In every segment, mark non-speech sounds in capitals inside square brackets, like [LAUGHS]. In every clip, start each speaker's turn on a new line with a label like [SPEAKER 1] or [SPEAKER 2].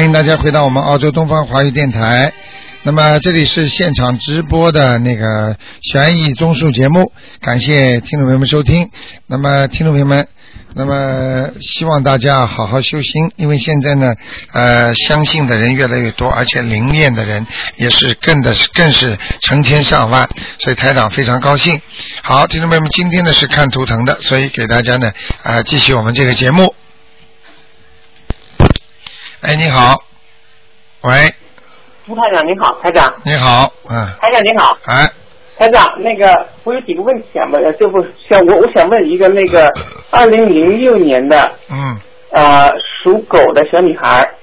[SPEAKER 1] 迎大家回到我们澳洲东方华语电台。那么这里是现场直播的那个悬疑综述节目，感谢听众朋友们收听。那么听众朋友们，那么希望大家好好修心，因为现在呢，呃，相信的人越来越多，而且灵验的人也是更的更是成千上万，所以台长非常高兴。好，听众朋友们，今天呢是看图腾的，所以给大家呢，呃，继续我们这个节目。哎，你好，喂，
[SPEAKER 2] 吴台长您好，台长，
[SPEAKER 1] 你好，嗯，
[SPEAKER 2] 台长您好，
[SPEAKER 1] 哎，
[SPEAKER 2] 台长，那个我有几个问题想问，呃就不想我我想问一个那个二零零六年的
[SPEAKER 1] 嗯，
[SPEAKER 2] 呃属狗的小女孩儿，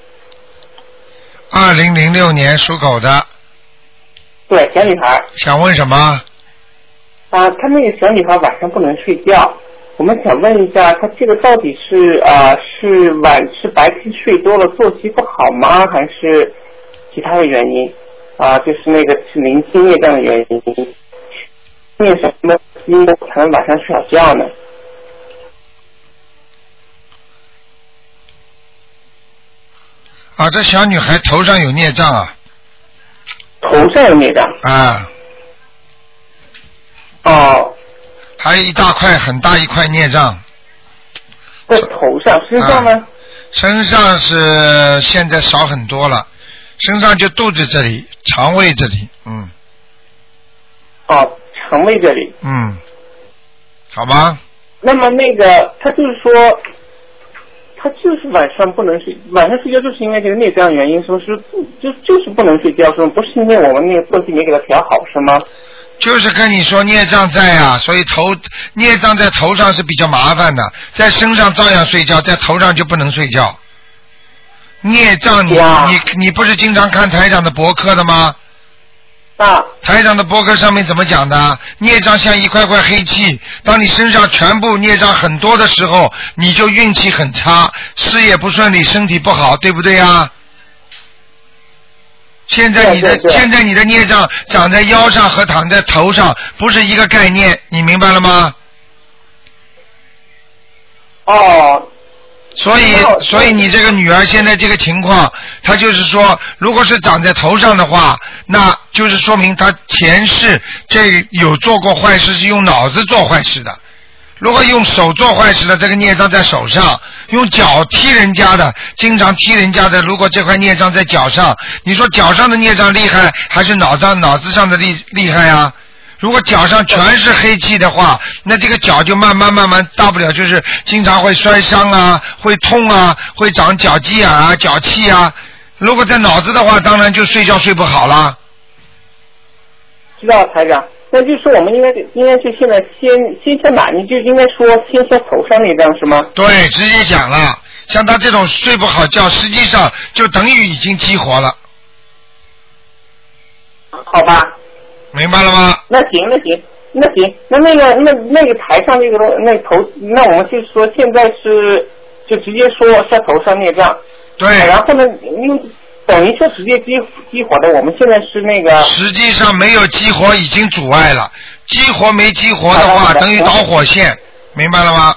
[SPEAKER 1] 二零零六年属狗的，
[SPEAKER 2] 对小女孩儿
[SPEAKER 1] 想问什么？
[SPEAKER 2] 啊，她那个小女孩晚上不能睡觉，我们想问一下，她这个到底是啊是晚是白天睡多了作息不好吗，还是其他的原因？啊，就是那个是零星业障的原因，念什么经才能晚上睡好觉呢？
[SPEAKER 1] 啊，这小女孩头上有孽障啊，
[SPEAKER 2] 头上有孽障。
[SPEAKER 1] 啊，
[SPEAKER 2] 哦，
[SPEAKER 1] 还有一大块很大一块孽障，啊
[SPEAKER 2] 在头上，身上呢？
[SPEAKER 1] 身上是现在少很多了，身上就肚子这里、肠胃这里，嗯
[SPEAKER 2] 哦，肠胃这里。
[SPEAKER 1] 嗯，好吗？
[SPEAKER 2] 那么那个，他就是说，他就是晚上不能睡，晚上睡觉就是因为这个内脏原因，说是不就就是不能睡觉，说不是因为我们那个作息没给他调好，是吗？
[SPEAKER 1] 就是跟你说孽障在啊，所以头孽障在头上是比较麻烦的，在身上照样睡觉，在头上就不能睡觉。孽障你
[SPEAKER 2] 哇
[SPEAKER 1] 你你不是经常看台长的博客的吗？
[SPEAKER 2] 啊，
[SPEAKER 1] 台长的博客上面怎么讲的？孽障像一块块黑气，当你身上全部孽障很多的时候，你就运气很差，事业不顺利，身体不好，对不对啊？现在你的
[SPEAKER 2] 对对对
[SPEAKER 1] 现在你的孽障长在腰上和躺在头上不是一个概念，你明白了吗？
[SPEAKER 2] 哦，
[SPEAKER 1] 所以
[SPEAKER 2] 哦，对
[SPEAKER 1] 所以你这个女儿现在这个情况，她就是说，如果是长在头上的话，那就是说明她前世这有做过坏事，是用脑子做坏事的。如果用手做坏事的，这个孽障在手上；用脚踢人家的，经常踢人家的，如果这块孽障在脚上，你说脚上的孽障厉害，还是脑上脑子上的厉厉害啊？如果脚上全是黑气的话，那这个脚就慢慢慢慢，大不了就是经常会摔伤啊，会痛啊，会长脚鸡眼啊、脚气啊。如果在脑子的话，当然就睡觉睡不好啦。
[SPEAKER 2] 知道了，台长。那就是说我们应该应该是现在先先先把，你就应该说先先头上那张是吗？
[SPEAKER 1] 对，直接讲了，像他这种睡不好觉，实际上就等于已经激活了，
[SPEAKER 2] 好吧，
[SPEAKER 1] 明白了吗？
[SPEAKER 2] 那行，那行，那行，那那个那那个台上那个东那头，那我们就说现在是就直接说在头上那张，
[SPEAKER 1] 对，
[SPEAKER 2] 然后呢，嗯，等于说直接激激活的，我们现在是那个
[SPEAKER 1] 实际上没有激活已经阻碍了，激活没激活的
[SPEAKER 2] 好
[SPEAKER 1] 话，
[SPEAKER 2] 的
[SPEAKER 1] 等于导火线，明白了吗？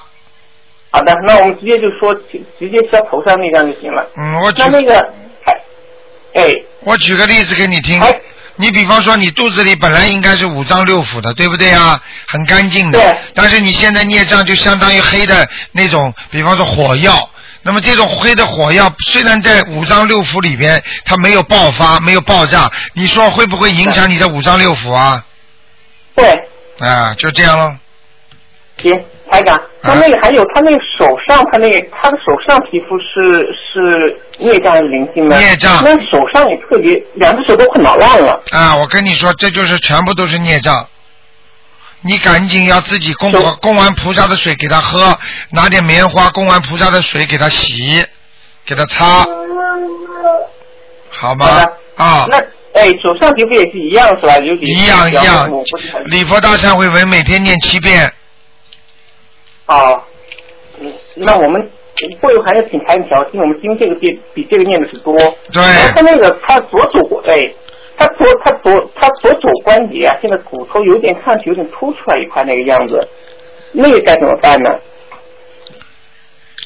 [SPEAKER 2] 好的，那我们直接就说直直接消头上那张就行了。
[SPEAKER 1] 嗯，我举
[SPEAKER 2] 那那个台，哎，
[SPEAKER 1] 我举个例子给你听。
[SPEAKER 2] 台
[SPEAKER 1] 你比方说，你肚子里本来应该是五脏六腑的，对不对啊？很干净的。
[SPEAKER 2] 对
[SPEAKER 1] 但是你现在孽障就相当于黑的那种，比方说火药。那么这种黑的火药虽然在五脏六腑里边，它没有爆发，没有爆炸，你说会不会影响你的五脏六腑啊？
[SPEAKER 2] 对，
[SPEAKER 1] 啊，就这样咯。
[SPEAKER 2] 行，台长，
[SPEAKER 1] 啊
[SPEAKER 2] 那那个还有他那个手上，他那个他的手上皮肤是是孽障还是灵性的，
[SPEAKER 1] 孽障
[SPEAKER 2] 那手上也特别，两只手都快挠烂了。
[SPEAKER 1] 啊，我跟你说，这就是全部都是孽障。你赶紧要自己供
[SPEAKER 2] 手
[SPEAKER 1] 供完菩萨的水给他喝，拿点棉花供完菩萨的水给他洗，给他擦，好
[SPEAKER 2] 好
[SPEAKER 1] 吗
[SPEAKER 2] 的？
[SPEAKER 1] 啊，
[SPEAKER 2] 那哎，手上皮肤也是一样是吧？有几
[SPEAKER 1] 一样一样
[SPEAKER 2] 我不是很。
[SPEAKER 1] 礼佛大忏悔文每天念七遍，
[SPEAKER 2] 哦，嗯，那我们会还是请台调听，我们经这个比比这个念的是多。
[SPEAKER 1] 对
[SPEAKER 2] 然后他那个他左肘哎，他左他左他左肘关节啊，现在骨头有点看上去有点凸出来一块那个样子，那个该怎么办呢？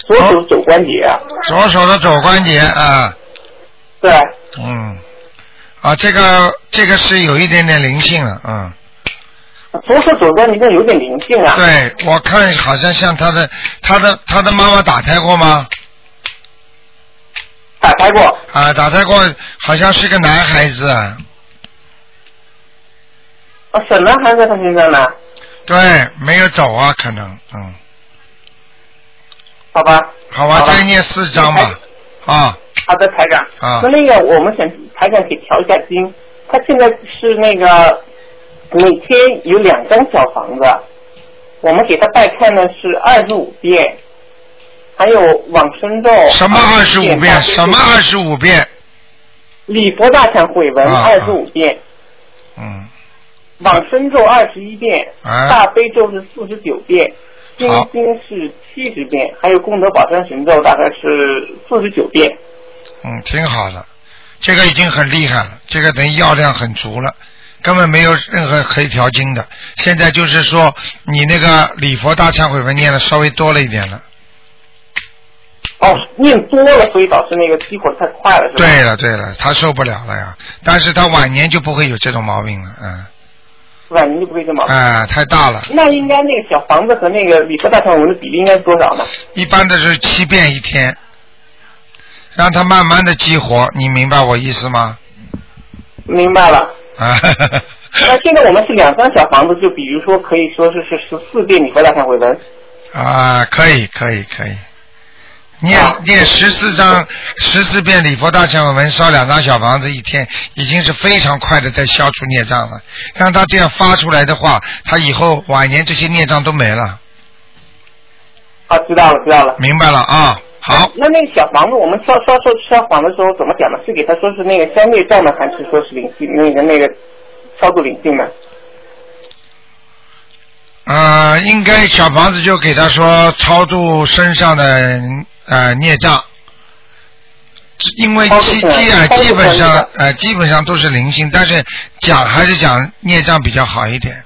[SPEAKER 2] 左手肘关节啊，
[SPEAKER 1] 左手的肘关节啊，
[SPEAKER 2] 对，
[SPEAKER 1] 嗯，啊，这个这个是有一点点灵性了，嗯，
[SPEAKER 2] 左手左边你看有点灵性啊。
[SPEAKER 1] 对，我看好像像他的他的他的妈妈打胎过吗？
[SPEAKER 2] 打开过，
[SPEAKER 1] 啊，打胎过，好像是个男孩子啊，
[SPEAKER 2] 啊，什么还在他身上呢？
[SPEAKER 1] 对，没有走啊，可能，嗯，
[SPEAKER 2] 好吧，
[SPEAKER 1] 好吧，
[SPEAKER 2] 好吧
[SPEAKER 1] 再念四张吧，啊，
[SPEAKER 2] 好的，台长。
[SPEAKER 1] 啊
[SPEAKER 2] 那那个，我们想台长给调一下经，他现在是那个每天有两张小房子，我们给他拜忏呢是二十五遍，还有往生咒。
[SPEAKER 1] 什么二十五遍？
[SPEAKER 2] 大悲咒
[SPEAKER 1] 什么二十五遍？
[SPEAKER 2] 礼佛大忏悔文
[SPEAKER 1] 啊
[SPEAKER 2] 二十五遍，
[SPEAKER 1] 嗯，
[SPEAKER 2] 往生咒二十一遍，
[SPEAKER 1] 啊
[SPEAKER 2] 大悲咒是四十九遍。心
[SPEAKER 1] 好
[SPEAKER 2] 经是七十遍，还有功德宝山神咒大概是四十九遍。
[SPEAKER 1] 嗯，挺好的，这个已经很厉害了，这个等于药量很足了，根本没有任何可以调经的。现在就是说，你那个礼佛大忏悔文念的稍微多了一点了。
[SPEAKER 2] 哦，念多了，所以导致那个激活太快了，是吧？
[SPEAKER 1] 对了对了，他受不了了呀，但是他晚年就不会有这种毛病了，嗯，
[SPEAKER 2] 晚年就不会这么。
[SPEAKER 1] 哎、太大了，
[SPEAKER 2] 那应该那个小房子和那个礼佛大忏文的比例应该是多少呢？
[SPEAKER 1] 一般的是七遍一天，让他慢慢的激活，你明白我意思吗？
[SPEAKER 2] 明
[SPEAKER 1] [LAUGHS]
[SPEAKER 2] 白了。
[SPEAKER 1] 啊，呵呵呵
[SPEAKER 2] 那现在我们是两张小房子，就比如说可以说是是十四遍礼佛大忏悔文，
[SPEAKER 1] 啊，可以可以可以，念
[SPEAKER 2] 啊
[SPEAKER 1] 念十四章十四遍礼佛大忏悔文，烧两张小房子一天，已经是非常快的在消除孽障了。让他这样发出来的话，他以后晚年这些孽障都没了，
[SPEAKER 2] 啊，知道了知道了。
[SPEAKER 1] 明白了啊？好，
[SPEAKER 2] 那那个小房子，我们烧烧烧烧房的时候怎么讲呢？是给他说是那个消灭障呢，还是说是灵性那个那个超度灵性呢？
[SPEAKER 1] 呃，应该小房子就给他说超度身上的呃孽障。因为
[SPEAKER 2] 超度
[SPEAKER 1] 基
[SPEAKER 2] 出来
[SPEAKER 1] 基啊，
[SPEAKER 2] 超度
[SPEAKER 1] 基本
[SPEAKER 2] 出来
[SPEAKER 1] 上
[SPEAKER 2] 的
[SPEAKER 1] 呃，基本上都是灵性，但是讲还是讲孽障比较好一点。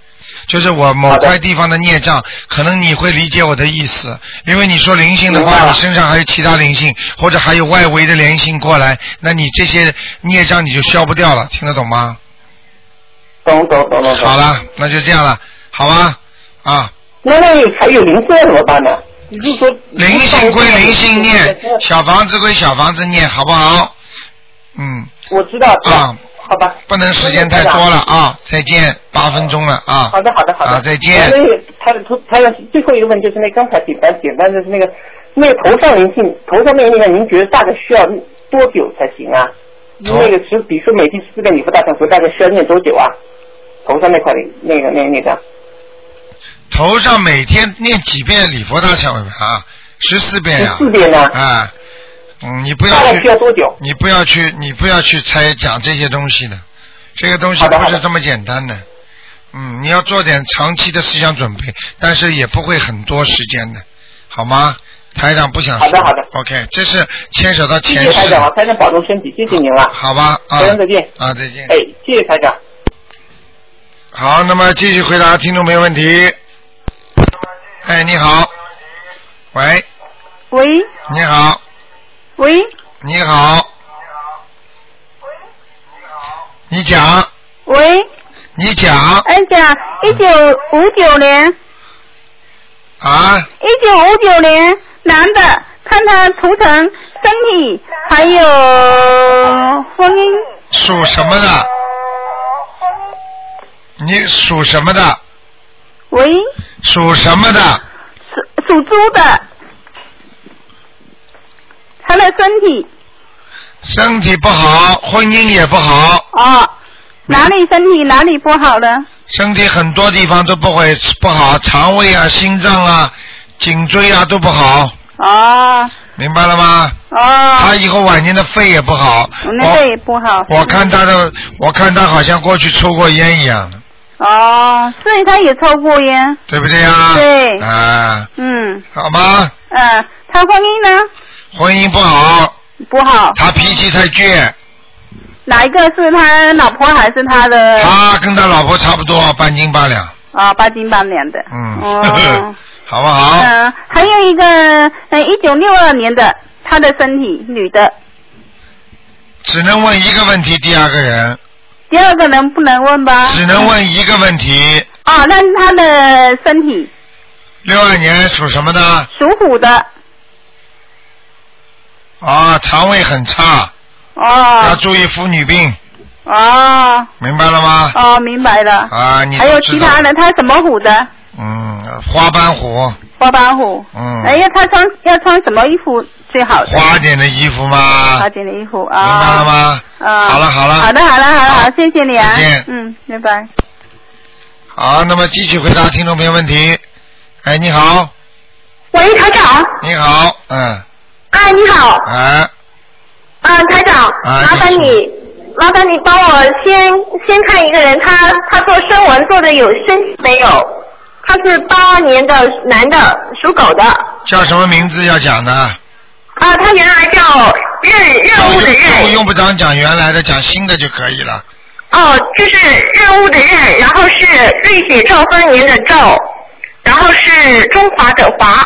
[SPEAKER 1] 就是我某
[SPEAKER 2] 好的
[SPEAKER 1] 块地方的孽障，可能你会理解我的意思，因为你说灵性的
[SPEAKER 2] 明白
[SPEAKER 1] 话，
[SPEAKER 2] 了
[SPEAKER 1] 你身上还有其他灵性，或者还有外围的灵性过来，那你这些孽障你就消不掉了，听得懂吗？
[SPEAKER 2] 懂懂懂懂懂。
[SPEAKER 1] 好。了，那就这样了，好吧？啊，
[SPEAKER 2] 那那个还有灵性怎么办呢？你就说
[SPEAKER 1] 灵性归灵性念，小房子归小房子念，好不好？嗯，
[SPEAKER 2] 我知道
[SPEAKER 1] 啊，
[SPEAKER 2] 好吧，
[SPEAKER 1] 不能时间太多了啊，再见，八分钟了啊。
[SPEAKER 2] 好的，好的，好的。
[SPEAKER 1] 啊再见
[SPEAKER 2] 那个他的头，他的最后一个问题就是那刚才简单简单的是那个那个头上灵性，头上那个那个，您觉得大概需要多久才行啊？
[SPEAKER 1] 头
[SPEAKER 2] 那个是，比如说每天四个礼佛大忏悔，大概需要念多久啊？头上那块的那个那个那个，
[SPEAKER 1] 头上每天念几遍礼佛大忏悔文啊？十四遍呀、
[SPEAKER 2] 四遍呢？
[SPEAKER 1] 啊。嗯，你不
[SPEAKER 2] 大
[SPEAKER 1] 要
[SPEAKER 2] 概需
[SPEAKER 1] 去
[SPEAKER 2] 要，多久？
[SPEAKER 1] 你不要去，你不要去猜讲这些东西的，这个东西
[SPEAKER 2] 好的
[SPEAKER 1] 不
[SPEAKER 2] 好
[SPEAKER 1] 是
[SPEAKER 2] 的
[SPEAKER 1] 这么简单的。嗯，你要做点长期的思想准备，但是也不会很多时间的，好吗？台长不想说。
[SPEAKER 2] 好的好的
[SPEAKER 1] OK，这是牵扯到
[SPEAKER 2] 谢
[SPEAKER 1] 前
[SPEAKER 2] 谢台
[SPEAKER 1] 世，
[SPEAKER 2] 长啊，台长保重身体，谢谢您了。
[SPEAKER 1] 好吧？啊
[SPEAKER 2] 台长再见。
[SPEAKER 1] 啊，再见。
[SPEAKER 2] 哎，谢谢台长。
[SPEAKER 1] 好，那么继续回答听众朋友问题。哎，你好。喂，
[SPEAKER 3] 喂
[SPEAKER 1] 你好。
[SPEAKER 3] 喂，
[SPEAKER 1] 你好。你讲，
[SPEAKER 3] 喂，
[SPEAKER 1] 你讲
[SPEAKER 3] 哎呀，一九五九年，
[SPEAKER 1] 啊！
[SPEAKER 3] 一九五九年男的，看他图腾、身体还有婚姻，
[SPEAKER 1] 属什么的？你属什么的？
[SPEAKER 3] 喂，
[SPEAKER 1] 属什么的？
[SPEAKER 3] 属属猪的，他的身体
[SPEAKER 1] 身体不好，婚姻也不好，
[SPEAKER 3] 哦，哪里身体哪里不好呢？
[SPEAKER 1] 身体很多地方都不会不好，肠胃啊、心脏啊、颈椎啊都不好，
[SPEAKER 3] 哦
[SPEAKER 1] 明白了吗？他
[SPEAKER 3] 哦，
[SPEAKER 1] 以后晚年的肺也不好。
[SPEAKER 4] 哦
[SPEAKER 3] 那个也不好。
[SPEAKER 1] 我我看他的，我看他好像过去抽过烟一样的，
[SPEAKER 3] 哦，所以他也抽过烟，
[SPEAKER 1] 对不对啊？
[SPEAKER 3] 对
[SPEAKER 1] 啊，
[SPEAKER 3] 嗯
[SPEAKER 1] 好吗？
[SPEAKER 3] 呃，他婚姻呢
[SPEAKER 1] 婚姻不好，
[SPEAKER 3] 不好。
[SPEAKER 1] 他脾气太倔，
[SPEAKER 3] 哪一个是他老婆还是他的？
[SPEAKER 1] 他跟他老婆差不多，半斤八两，
[SPEAKER 3] 啊、八斤八两的。
[SPEAKER 1] 嗯，
[SPEAKER 3] 哦。
[SPEAKER 1] [LAUGHS] 好不好？
[SPEAKER 3] 嗯、还有
[SPEAKER 4] 呃
[SPEAKER 3] 一个，呃，一九六二年的，他的身体，女的，
[SPEAKER 1] 只能问一个问题，第二个人
[SPEAKER 4] 第二个能不能问吧？
[SPEAKER 1] 只能问一个问题。
[SPEAKER 4] 啊，那他的身体
[SPEAKER 1] 六二年属什么的？
[SPEAKER 4] 属虎的
[SPEAKER 1] 啊，肠胃很差，要
[SPEAKER 4] 哦
[SPEAKER 1] 注意妇女病，
[SPEAKER 4] 哦
[SPEAKER 1] 明白了吗？
[SPEAKER 4] 哦，明白了。
[SPEAKER 1] 啊，你
[SPEAKER 4] 还有
[SPEAKER 1] 都知
[SPEAKER 4] 其
[SPEAKER 1] 道
[SPEAKER 4] 他的，他什么虎的？
[SPEAKER 1] 嗯，花斑虎，
[SPEAKER 4] 花斑虎。
[SPEAKER 1] 嗯，
[SPEAKER 4] 哎呀，他穿要穿什么衣服最好的？
[SPEAKER 1] 花点的衣服嘛，
[SPEAKER 4] 花
[SPEAKER 1] 明
[SPEAKER 4] 点的衣服啊。
[SPEAKER 1] 白了？吗？
[SPEAKER 4] 啊。
[SPEAKER 1] 好了好了
[SPEAKER 4] 好的好了好了
[SPEAKER 1] 好
[SPEAKER 4] 好，谢谢你啊。
[SPEAKER 1] 再见
[SPEAKER 4] 嗯，拜拜。
[SPEAKER 1] 好，那么继续回答听众朋友问题。哎，你好，
[SPEAKER 5] 喂，台长。
[SPEAKER 1] 你好，嗯，
[SPEAKER 5] 啊，你好。
[SPEAKER 1] 哎，
[SPEAKER 5] 啊，台长，
[SPEAKER 1] 啊
[SPEAKER 5] 麻烦
[SPEAKER 1] 你
[SPEAKER 5] 你，麻烦你帮我先先看一个人，他他做声纹做的有身体没有？他是八二年的男的，属狗的。
[SPEAKER 1] 叫什么名字要讲呢？
[SPEAKER 5] 啊，他原来叫任任务的
[SPEAKER 1] 用
[SPEAKER 5] 任，
[SPEAKER 1] 用不着讲原来的，讲新的就可以了。
[SPEAKER 5] 哦，就是任务的任，然后是瑞雪兆丰年的兆，然后是中华的华。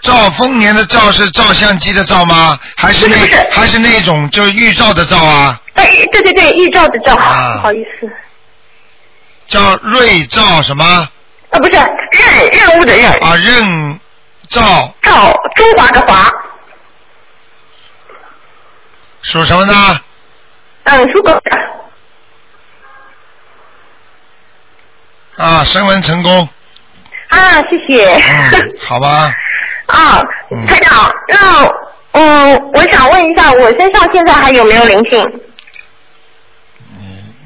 [SPEAKER 1] 照丰年的照是照相机的照吗？还是那
[SPEAKER 5] 不是不是
[SPEAKER 1] 还是那种就是预兆的照啊？
[SPEAKER 5] 哎，对对对，预兆的兆，
[SPEAKER 1] 啊
[SPEAKER 5] 不好意思。
[SPEAKER 1] 叫瑞兆什么
[SPEAKER 5] 啊，不是任任务的任，
[SPEAKER 1] 啊？任兆
[SPEAKER 5] 兆中华的华。
[SPEAKER 1] 属什么呢？
[SPEAKER 5] 嗯，属狗的。
[SPEAKER 1] 啊，声纹成
[SPEAKER 5] [LAUGHS]
[SPEAKER 1] 功。
[SPEAKER 5] 啊，谢谢。
[SPEAKER 1] 嗯，好吧。
[SPEAKER 5] 啊
[SPEAKER 1] 嗯，
[SPEAKER 5] 台长，那嗯，我想问一下，我身上现在还有没有灵性？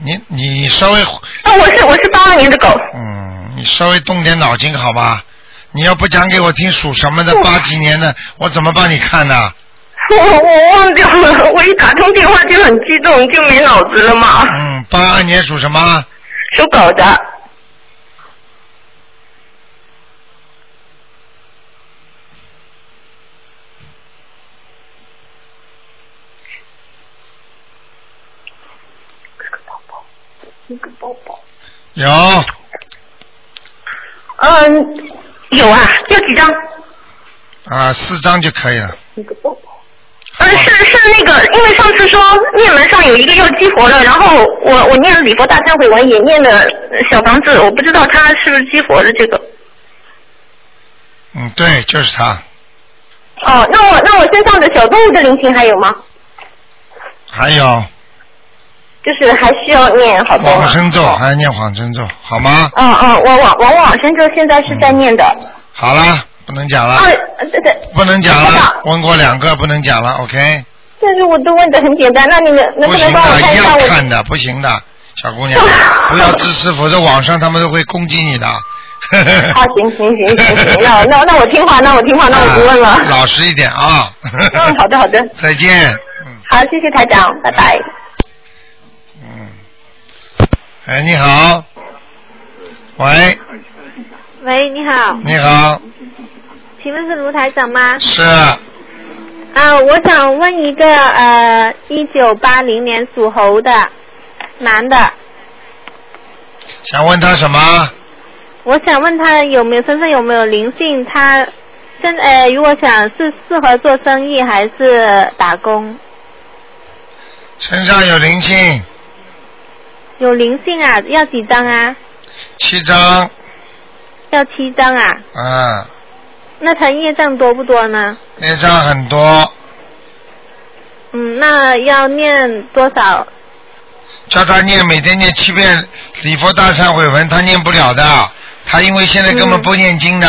[SPEAKER 1] 你你稍微
[SPEAKER 5] 啊，我是我是八二年的狗，
[SPEAKER 1] 嗯，你稍微动点脑筋好吧？你要不讲给我听属什么的
[SPEAKER 5] 嗯
[SPEAKER 1] 八几年的，我怎么帮你看呢？
[SPEAKER 6] [LAUGHS]
[SPEAKER 5] 我我忘掉了，我一打通电话就很激动，就没脑子了
[SPEAKER 1] [LAUGHS]
[SPEAKER 5] 嘛。
[SPEAKER 1] 嗯，八二年属什么？
[SPEAKER 5] 属狗的，
[SPEAKER 1] 有
[SPEAKER 5] 嗯，有啊，要几张？
[SPEAKER 1] 啊，四张就可以了。
[SPEAKER 5] 嗯，是是那个，因为上次说念门上有一个又激活了，然后呃我我念了礼佛大忏悔文，也念了呃小房子，我不知道他是不是激活了这个。
[SPEAKER 1] 嗯，对，就是他，
[SPEAKER 5] 哦，那我那我身上的小动物的灵性还有吗？
[SPEAKER 1] 还有
[SPEAKER 5] 哦就是还需要念好多吗
[SPEAKER 1] 往？生咒，还有念往生咒，好吗？
[SPEAKER 5] 嗯嗯，我往我往生咒现在是在念的。
[SPEAKER 1] 好啦，不能讲
[SPEAKER 5] 啊
[SPEAKER 1] 了，，
[SPEAKER 5] 对对。
[SPEAKER 1] 不能讲
[SPEAKER 5] 台
[SPEAKER 1] 了
[SPEAKER 5] 长，
[SPEAKER 1] 问过两个，不能讲了，OK？
[SPEAKER 5] 但是我都问的很简单，那你能
[SPEAKER 1] 不
[SPEAKER 5] 能不
[SPEAKER 1] 行
[SPEAKER 5] 能帮我
[SPEAKER 1] 的，
[SPEAKER 5] 看
[SPEAKER 1] 一
[SPEAKER 5] 一下
[SPEAKER 1] 样
[SPEAKER 5] 我？
[SPEAKER 1] 看的，不行的，小姑
[SPEAKER 5] [LAUGHS]
[SPEAKER 1] 娘，不要自私，否则网上他们都会攻击你的。
[SPEAKER 6] 啊
[SPEAKER 5] 好，行行行行行，那那那我听话，那我听话，那我不问了
[SPEAKER 1] 啊。 [LAUGHS] 老实一点啊。
[SPEAKER 5] 嗯，好的好的，
[SPEAKER 1] [LAUGHS] 再见。嗯
[SPEAKER 5] 好，谢谢台长，拜拜。
[SPEAKER 1] 嗯。哎，你好。喂，
[SPEAKER 7] 喂，你好，
[SPEAKER 1] 你好，
[SPEAKER 7] 请问是卢台长吗？
[SPEAKER 1] 是
[SPEAKER 7] 啊、我想问一个呃，一九八零年属猴的男的，
[SPEAKER 1] 想问他什么？
[SPEAKER 7] 我想问他有没有身上有没有灵性？他现呃，如果想是适合做生意还是打工？
[SPEAKER 1] 身上有灵性，
[SPEAKER 7] 有灵性啊，要几张啊？
[SPEAKER 1] 七张，
[SPEAKER 7] 要七张啊？
[SPEAKER 1] 嗯，
[SPEAKER 7] 那他业障多不多呢？
[SPEAKER 1] 那张很多，
[SPEAKER 7] 嗯，那要念多少？
[SPEAKER 1] 叫他念每天念七遍礼佛大忏悔文，他念不了的，他因为现在根本
[SPEAKER 7] 嗯
[SPEAKER 1] 不念经的，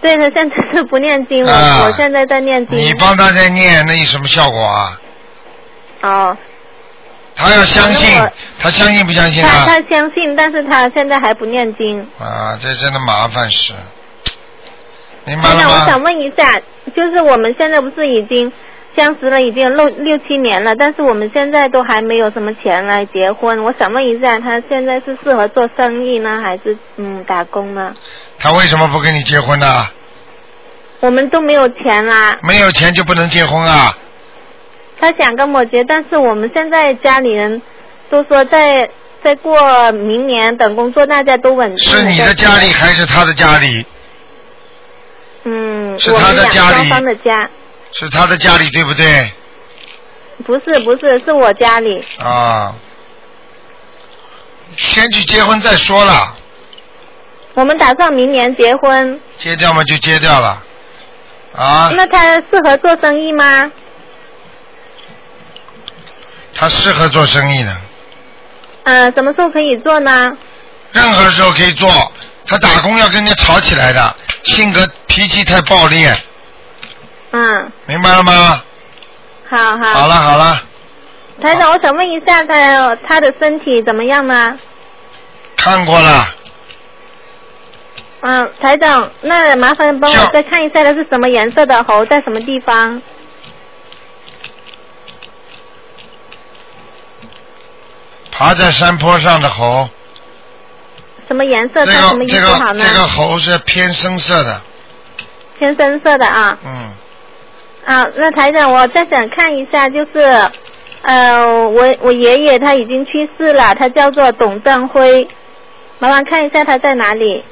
[SPEAKER 7] 对他现在是不念经，我、
[SPEAKER 1] 啊
[SPEAKER 7] 我现在在念经。
[SPEAKER 1] 你帮他在念，那有什么效果啊？
[SPEAKER 7] 哦，
[SPEAKER 1] 他要相信
[SPEAKER 7] 那我，
[SPEAKER 1] 他相信不相信
[SPEAKER 7] 他
[SPEAKER 1] 啊？
[SPEAKER 7] 他相信，但是他现在还不念经。
[SPEAKER 1] 啊，这真的麻烦事，明白
[SPEAKER 7] 台
[SPEAKER 1] 了
[SPEAKER 7] 长，
[SPEAKER 1] 吗？
[SPEAKER 7] 我想问一下，就是我们现在不是已经相识了，已经有六六七年了，但是我们现在都还没有什么钱来结婚。我想问一下，他现在是适合做生意呢，还是嗯打工呢？
[SPEAKER 1] 他为什么不跟你结婚呢、啊
[SPEAKER 7] 我们都没有钱啦。
[SPEAKER 1] 没有钱就不能结婚啊？
[SPEAKER 7] 他想跟我结，但是我们现在家里人都说在在过明年等工作大家都稳定了。
[SPEAKER 1] 是你的
[SPEAKER 7] 再结
[SPEAKER 1] 家里还是他的家里？
[SPEAKER 7] 嗯，
[SPEAKER 1] 是
[SPEAKER 7] 我
[SPEAKER 1] 他
[SPEAKER 7] 们
[SPEAKER 1] 的
[SPEAKER 7] 俩
[SPEAKER 1] 家
[SPEAKER 7] 双
[SPEAKER 1] 里
[SPEAKER 7] 方的家，
[SPEAKER 1] 是他的家里对不对？
[SPEAKER 7] 不是不是，是我家里。
[SPEAKER 1] 啊，先去结婚再说了，
[SPEAKER 7] 我们打算明年结婚，
[SPEAKER 1] 结掉嘛就结掉了，啊，
[SPEAKER 7] 那他适合做生意吗？
[SPEAKER 1] 他适合做生意的，
[SPEAKER 7] 呃，什么时候可以做呢？
[SPEAKER 1] 任何时候可以做。他打工要跟人家吵起来的，性格脾气太暴烈，
[SPEAKER 7] 嗯，
[SPEAKER 1] 明白了吗？
[SPEAKER 7] 好好。
[SPEAKER 1] 好了好了，
[SPEAKER 7] 台长，我想问一下他他的身体怎么样呢？
[SPEAKER 1] 看过了，
[SPEAKER 7] 嗯，台长，那麻烦帮
[SPEAKER 1] 叫
[SPEAKER 7] 我再看一下他是什么颜色的猴，在什么地方？
[SPEAKER 1] 爬在山坡上的猴，
[SPEAKER 7] 什么颜色
[SPEAKER 1] 这
[SPEAKER 7] 穿什
[SPEAKER 1] 个
[SPEAKER 7] 么衣
[SPEAKER 1] 这
[SPEAKER 7] 服好
[SPEAKER 1] 个
[SPEAKER 7] 呢？
[SPEAKER 1] 这个猴是偏深色的，
[SPEAKER 7] 偏深色的啊
[SPEAKER 1] 嗯，
[SPEAKER 7] 啊！那台长，我再想看一下，就是呃，我我爷爷他已经去世了，他叫做董振辉，麻烦看一下他在哪里。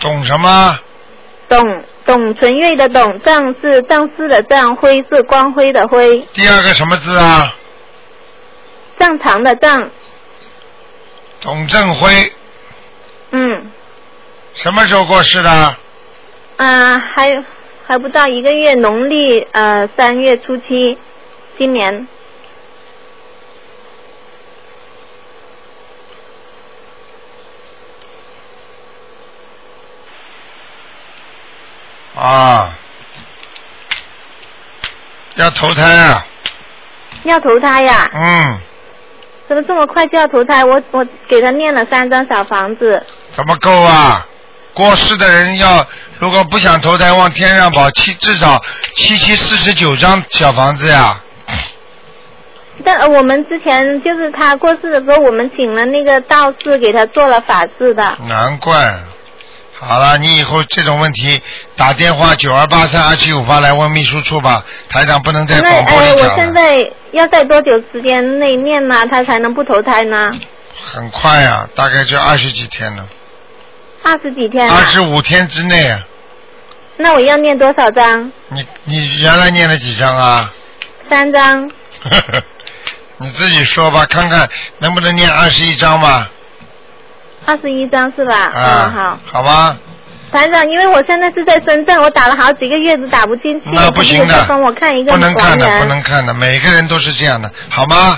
[SPEAKER 1] 懂什么？
[SPEAKER 7] 董董存瑞的董，正是正式的正，辉是光辉的辉，
[SPEAKER 1] 第二个什么字啊？
[SPEAKER 7] 正常的正，
[SPEAKER 1] 董正辉，
[SPEAKER 7] 嗯
[SPEAKER 1] 什么时候过世的？
[SPEAKER 7] 啊，还有还不到一个月，农历呃三月初七，今年
[SPEAKER 1] 啊，要投胎啊，
[SPEAKER 7] 要投胎呀、
[SPEAKER 1] 嗯，
[SPEAKER 7] 怎么这么快就要投胎？我我给他念了三张小房子，
[SPEAKER 1] 怎么够啊？过世的人要如果不想投胎往天上跑，七至少七七四十九张小房子呀、
[SPEAKER 7] 但呃我们之前就是他过世的时候，我们请了那个道士给他做了法事的。
[SPEAKER 1] 难怪。好了，你以后这种问题打电话九二八三二七五八来问秘书处吧，台长不能在
[SPEAKER 7] 那
[SPEAKER 1] 广播
[SPEAKER 7] 呃，
[SPEAKER 1] 里
[SPEAKER 7] 我
[SPEAKER 1] 讲
[SPEAKER 7] 现
[SPEAKER 1] 了，
[SPEAKER 7] 在要在多久时间内念呢？他才能不投胎呢？
[SPEAKER 1] 很快啊，大概就二十几天了，
[SPEAKER 7] 二十几天、啊。
[SPEAKER 1] 二十。五天之内啊。
[SPEAKER 7] 那我要念多少张？
[SPEAKER 1] 你你原来念了几张啊？
[SPEAKER 7] 三张。
[SPEAKER 1] [LAUGHS] 你自己说吧，看看能不能念二十一章吧。
[SPEAKER 7] 二十一张是吧？
[SPEAKER 1] 啊，
[SPEAKER 7] 嗯，好，
[SPEAKER 1] 好吧，
[SPEAKER 7] 团长，因为我现在是在深圳，我打了好几个月都打不进去，
[SPEAKER 1] 那不行
[SPEAKER 7] 你
[SPEAKER 1] 的
[SPEAKER 7] 可不可以，帮我看一个
[SPEAKER 1] 不能看
[SPEAKER 7] 黄
[SPEAKER 1] 的，
[SPEAKER 7] 人啊
[SPEAKER 1] 不能看的，每个人都是这样的，好吗？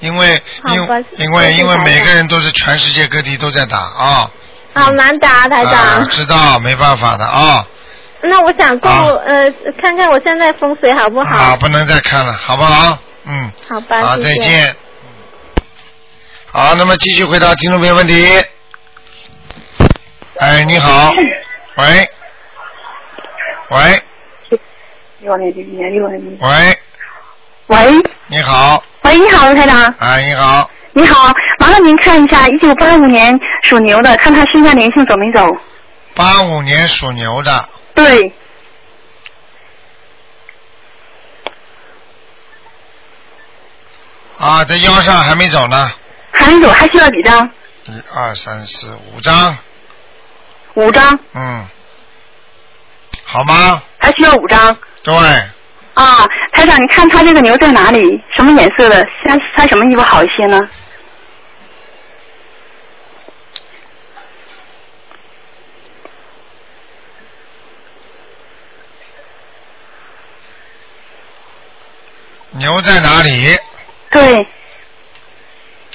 [SPEAKER 1] 因为因
[SPEAKER 7] 好吧
[SPEAKER 1] 因为
[SPEAKER 7] 谢谢
[SPEAKER 1] 因为
[SPEAKER 7] 台长
[SPEAKER 1] 每个人都是全世界各地都在打啊，
[SPEAKER 7] 好难打，台长。
[SPEAKER 1] 啊，知道没办法的啊，
[SPEAKER 7] 那我想过、
[SPEAKER 1] 啊
[SPEAKER 7] 呃，看看我现在风水好不好？
[SPEAKER 1] 啊，不能再看了，好不好？嗯，
[SPEAKER 7] 好吧，
[SPEAKER 1] 好，
[SPEAKER 7] 谢
[SPEAKER 1] 再
[SPEAKER 7] 谢。
[SPEAKER 1] 见。好，那么继续回答听众朋友问题。哎，你好，喂，喂，喂，
[SPEAKER 8] 喂，
[SPEAKER 1] 你好，
[SPEAKER 8] 喂，你好，卢台长，
[SPEAKER 1] 哎，你好，
[SPEAKER 8] 你好，麻烦您看一下一九八五年属牛的，看他身上灵性走没走？
[SPEAKER 1] 八五年属牛的，
[SPEAKER 8] 对，
[SPEAKER 1] 啊，在腰上还没走呢，
[SPEAKER 8] 还没走，还需要几张？
[SPEAKER 1] 一二三四五张，
[SPEAKER 8] 五张，
[SPEAKER 1] 嗯，好吗？
[SPEAKER 8] 还需要五张。
[SPEAKER 1] 对，
[SPEAKER 8] 啊，台长，你看他这个牛在哪里？什么颜色的？穿穿什么衣服好一些呢？
[SPEAKER 1] 牛在哪里？
[SPEAKER 8] 对，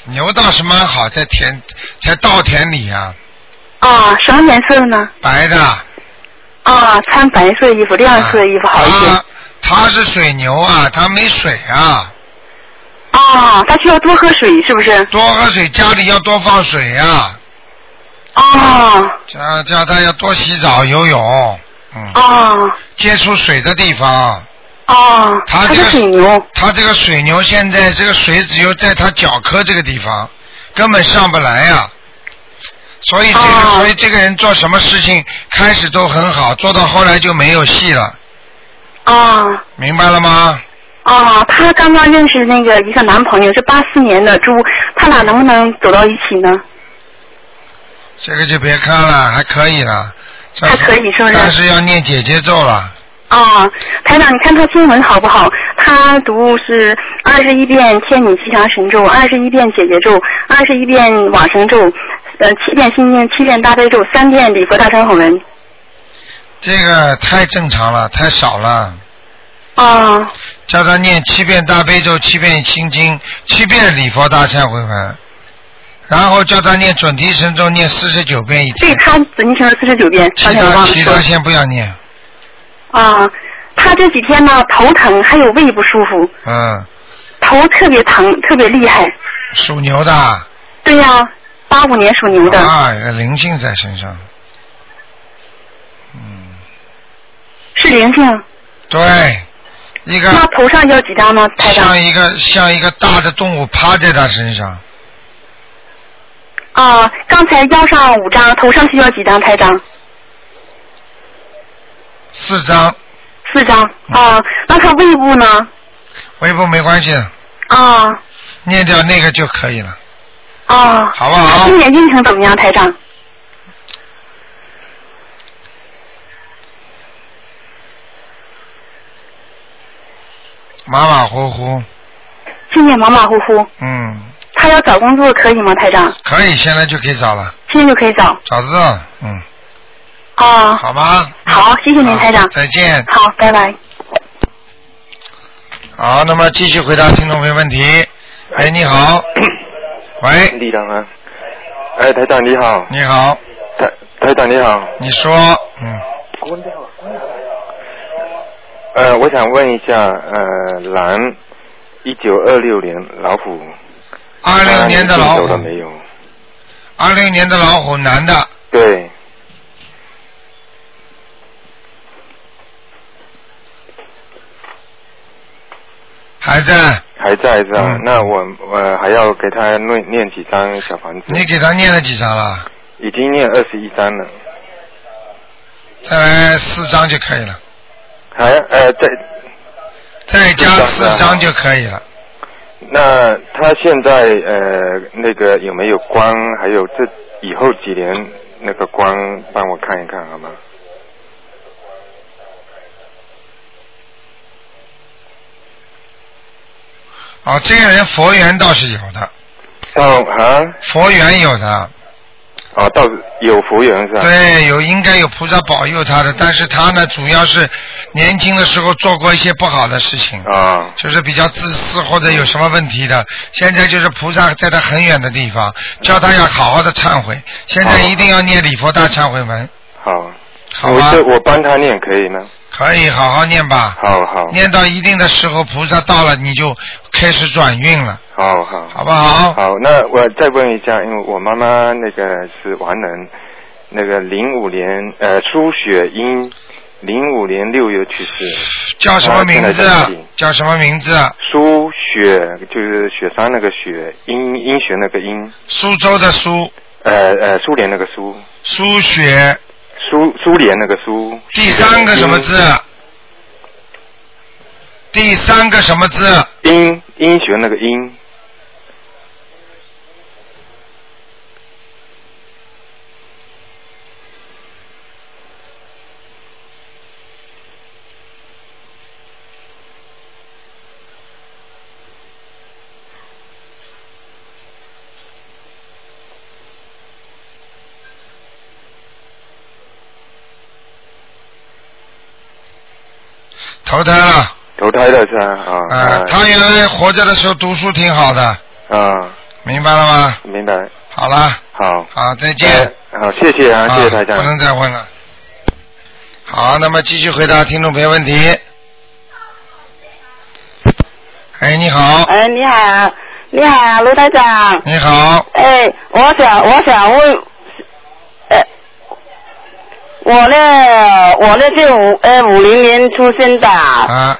[SPEAKER 1] 牛倒是蛮好，在田，在稻田里啊，
[SPEAKER 8] 啊，什么颜色的呢？
[SPEAKER 1] 白的。
[SPEAKER 8] 啊，穿白色衣服、亮色衣服好一些
[SPEAKER 1] 啊。它是水牛啊，它没水啊，
[SPEAKER 8] 啊，他需要多喝水，是不是？
[SPEAKER 1] 多喝水，家里要多放水啊，
[SPEAKER 8] 啊
[SPEAKER 1] 叫叫它要多洗澡、游泳，嗯，
[SPEAKER 8] 啊
[SPEAKER 1] 接触水的地方。
[SPEAKER 8] 啊！
[SPEAKER 1] 他
[SPEAKER 8] 他
[SPEAKER 1] 这
[SPEAKER 8] 是
[SPEAKER 1] 个
[SPEAKER 8] 水牛。
[SPEAKER 1] 它这个水牛现在这个水只有在它脚科这个地方，根本上不来呀、所以这个、
[SPEAKER 8] 哦
[SPEAKER 1] 所以这个人做什么事情开始都很好，做到后来就没有戏了，
[SPEAKER 8] 啊。
[SPEAKER 1] 明白了吗？
[SPEAKER 8] 哦，她刚刚认识那个一个男朋友，是八四年的猪，他俩能不能走到一起呢？
[SPEAKER 1] 这个就别看了，还可以了。
[SPEAKER 8] 还可以是不是？
[SPEAKER 1] 但是要念姐姐咒了，
[SPEAKER 8] 哦，台长，你看他经文好不好？他读是二十一遍天女吉祥神咒，二十一遍解结咒，二十一遍往生咒，呃，七遍心经，七遍大悲咒，三遍礼佛大忏悔文。
[SPEAKER 1] 这个太正常了，太少了。
[SPEAKER 8] 哦，
[SPEAKER 1] 叫他念七遍大悲咒，七遍心经，七遍礼佛大忏悔文，然后叫他念准提神咒，念四十九遍一
[SPEAKER 8] 对
[SPEAKER 1] 天。
[SPEAKER 8] 他准提成了四十九遍，刚
[SPEAKER 1] 其
[SPEAKER 8] 才我忘
[SPEAKER 1] 他
[SPEAKER 8] 了
[SPEAKER 1] 其
[SPEAKER 8] 说
[SPEAKER 1] 他。先不要念，
[SPEAKER 8] 啊、他这几天呢头疼，还有胃不舒服，
[SPEAKER 1] 嗯，
[SPEAKER 8] 头特别疼，特别厉害。
[SPEAKER 1] 属牛的啊，
[SPEAKER 8] 对呀、八五年属牛的。
[SPEAKER 1] 啊，有灵性在身上，嗯，
[SPEAKER 8] 是灵性，
[SPEAKER 1] 对，一个
[SPEAKER 8] 那头上要几张呢，台长？
[SPEAKER 1] 像一个像一个大的动物趴在他身上，
[SPEAKER 8] 啊、刚才腰上五张，头上需要几张，台长？
[SPEAKER 1] 四张，
[SPEAKER 8] 四张。啊、那他胃部呢？
[SPEAKER 1] 微博没关系，
[SPEAKER 8] 啊、
[SPEAKER 1] 念掉那个就可以了，
[SPEAKER 8] 啊、
[SPEAKER 1] 好不好
[SPEAKER 8] 今？年运程怎么样，台长？
[SPEAKER 1] 马马虎虎，
[SPEAKER 8] 今年马马虎虎。
[SPEAKER 1] 嗯，
[SPEAKER 8] 他要找工作可以吗，台长？
[SPEAKER 1] 可以，现在就可以找了，
[SPEAKER 8] 现在就可以找。
[SPEAKER 1] 找得到，嗯，
[SPEAKER 8] 啊、
[SPEAKER 1] 好吗？
[SPEAKER 8] 好，谢谢您，
[SPEAKER 1] 好
[SPEAKER 8] 台长。
[SPEAKER 1] 再见。
[SPEAKER 8] 好，拜拜。
[SPEAKER 1] 好，那么继续回答听众朋友问题。哎，你好，喂，
[SPEAKER 9] 李长啊，哎，台长你好，
[SPEAKER 1] 你好，
[SPEAKER 9] 台台长你好，
[SPEAKER 1] 你说，嗯，
[SPEAKER 9] 呃，我想问一下，呃，狼，一九二六年老虎，
[SPEAKER 1] 二六年的老
[SPEAKER 9] 走了
[SPEAKER 1] 虎，
[SPEAKER 9] 没有？
[SPEAKER 1] 二六年的老虎，男的，
[SPEAKER 9] 对，
[SPEAKER 1] 还在，
[SPEAKER 9] 还在是吧？
[SPEAKER 1] 嗯
[SPEAKER 9] 那我呃还要给他念念几张小房子？
[SPEAKER 1] 你给他念了几张了？
[SPEAKER 9] 已经念二十一张了，
[SPEAKER 1] 再来四张就可以了，
[SPEAKER 9] 还呃在
[SPEAKER 1] 再加
[SPEAKER 9] 四
[SPEAKER 1] 四
[SPEAKER 9] 张
[SPEAKER 1] 张就可以了。
[SPEAKER 9] 那他现在呃那个有没有光？还有这以后几年那个光，帮我看一看好吗？
[SPEAKER 1] 哦，这个人佛缘倒是有的，
[SPEAKER 9] 到啊
[SPEAKER 1] 佛缘有的，
[SPEAKER 9] 啊到有福缘是吧？
[SPEAKER 1] 对，有应该有菩萨保佑他
[SPEAKER 9] 嗯
[SPEAKER 1] 的，但是他呢，主要是年轻的时候做过一些不好的事情，
[SPEAKER 9] 啊
[SPEAKER 1] 就是比较自私或者有什么问题的。现在就是菩萨在他很远的地方，叫他要好好的忏悔。现在
[SPEAKER 9] 哦
[SPEAKER 1] 一定要念礼佛大忏悔文，
[SPEAKER 9] 好，啊
[SPEAKER 1] 好啊
[SPEAKER 9] 我
[SPEAKER 1] 吧？
[SPEAKER 9] 这我帮哦他念可以吗？
[SPEAKER 1] 可以好好念吧。
[SPEAKER 9] 好好
[SPEAKER 1] 念到一定的时候，菩萨到了，你就开始转运了，
[SPEAKER 9] 好好
[SPEAKER 1] 好不好？
[SPEAKER 9] 好，那我再问一下，因为我妈妈那个是完人，那个零五年呃苏雪英，零五年六月去世，
[SPEAKER 1] 叫什么名字啊
[SPEAKER 9] 好现在在念？
[SPEAKER 1] 叫什么名字啊？
[SPEAKER 9] 苏雪就是雪山那个雪，英英雄那个英。
[SPEAKER 1] 苏州的苏，
[SPEAKER 9] 呃呃，苏联那个苏，
[SPEAKER 1] 苏雪，
[SPEAKER 9] 苏苏联那个苏。
[SPEAKER 1] 第三个什么字？第三个什么字？
[SPEAKER 9] 英英雄那个英。
[SPEAKER 1] 投胎了。
[SPEAKER 9] 投胎的是啊啊
[SPEAKER 1] 啊，他原来活着的时候读书挺好的，
[SPEAKER 9] 啊，
[SPEAKER 1] 明白了吗？
[SPEAKER 9] 明白，
[SPEAKER 1] 好了，
[SPEAKER 9] 好，
[SPEAKER 1] 好，再见。
[SPEAKER 9] 呃好，谢谢啊，谢谢台长
[SPEAKER 1] 不。能再问了。好，那么继续回答听众朋友问题。哎，你好，
[SPEAKER 10] 哎，你好，你好，卢台长。
[SPEAKER 1] 你好，
[SPEAKER 10] 哎，我想，我想问，哎，我呢，我呢是五呃五零年出生的，
[SPEAKER 1] 啊，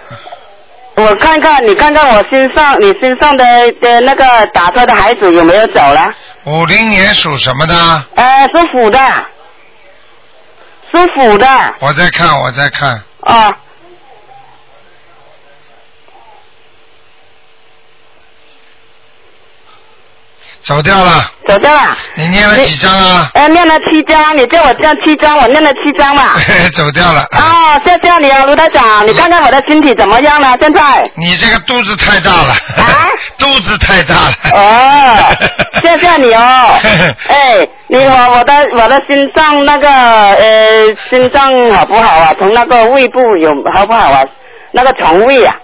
[SPEAKER 10] 我看看你看看我身上你身上的的那个打胎的孩子有没有走了？
[SPEAKER 1] 五零年属什么的？
[SPEAKER 10] 呃，是虎的，是虎的
[SPEAKER 1] 我在看，我在看， [LAUGHS]
[SPEAKER 10] 啊。
[SPEAKER 1] 走掉了。
[SPEAKER 10] 走掉了。
[SPEAKER 1] 你念了几张啊？
[SPEAKER 10] 呃，念了七张，你叫我叫七张，我念了七张了。
[SPEAKER 1] 走掉了。
[SPEAKER 10] 哦，谢谢你啊，卢台长，你看看我的身体怎么样了？现在？
[SPEAKER 1] 你这个肚子太大了， [LAUGHS] 肚子太大了。 [LAUGHS]
[SPEAKER 10] 哦，谢谢你哦。哎，你
[SPEAKER 1] 嗯
[SPEAKER 10] 我我的我的心脏那个呃心脏好不好啊？从那个胃部有好不好啊？那个肠胃啊？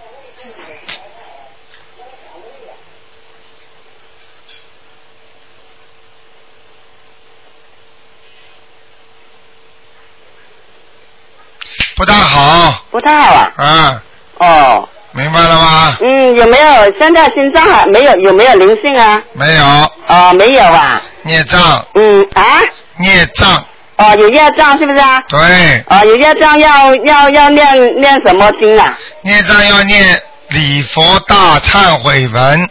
[SPEAKER 1] 不大好。
[SPEAKER 10] 不太好啊。
[SPEAKER 1] 啊。
[SPEAKER 10] 哦。
[SPEAKER 1] 明白了吗？
[SPEAKER 10] 嗯，有没有现在心脏还没有有没有灵性啊？
[SPEAKER 1] 没有。
[SPEAKER 10] 哦，没有啊。
[SPEAKER 1] 孽障。
[SPEAKER 10] 嗯啊。
[SPEAKER 1] 孽障。
[SPEAKER 10] 哦，有业障是不是啊？
[SPEAKER 1] 对。
[SPEAKER 10] 哦，有业障要要要念念什么经啊？
[SPEAKER 1] 孽障要念礼佛大忏悔文，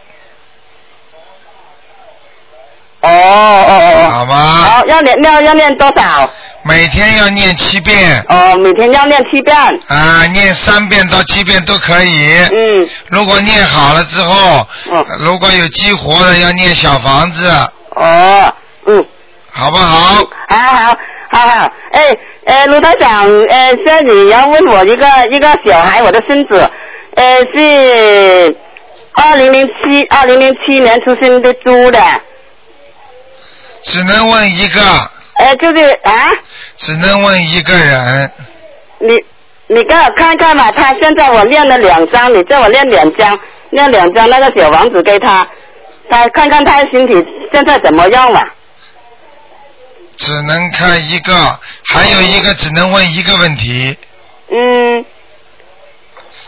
[SPEAKER 10] 哦哦哦。
[SPEAKER 1] 好吗？
[SPEAKER 10] 哦，要念要要念多少？
[SPEAKER 1] 每天要念七遍。
[SPEAKER 10] 哦，每天要念七遍。
[SPEAKER 1] 啊，念三遍到七遍都可以。
[SPEAKER 10] 嗯。
[SPEAKER 1] 如果念好了之后，如果有激活的，要念小房子。
[SPEAKER 10] 哦，嗯。
[SPEAKER 1] 好不好？
[SPEAKER 10] 好好好好，哎呃，卢台长，呃，现在你要问我一个一个小孩，我的孙子，呃，是二零零七二零零七年出生的猪的，
[SPEAKER 1] 只能问一个，
[SPEAKER 10] 呃，就是啊，
[SPEAKER 1] 只能问一个人。
[SPEAKER 10] 你你给我看看嘛，他现在我练了两张，你叫我练两张，练两张那个小王子给他，他看看他的身体现在怎么样了。
[SPEAKER 1] 只能看一个，还有一个只能问一个问题。
[SPEAKER 10] 嗯。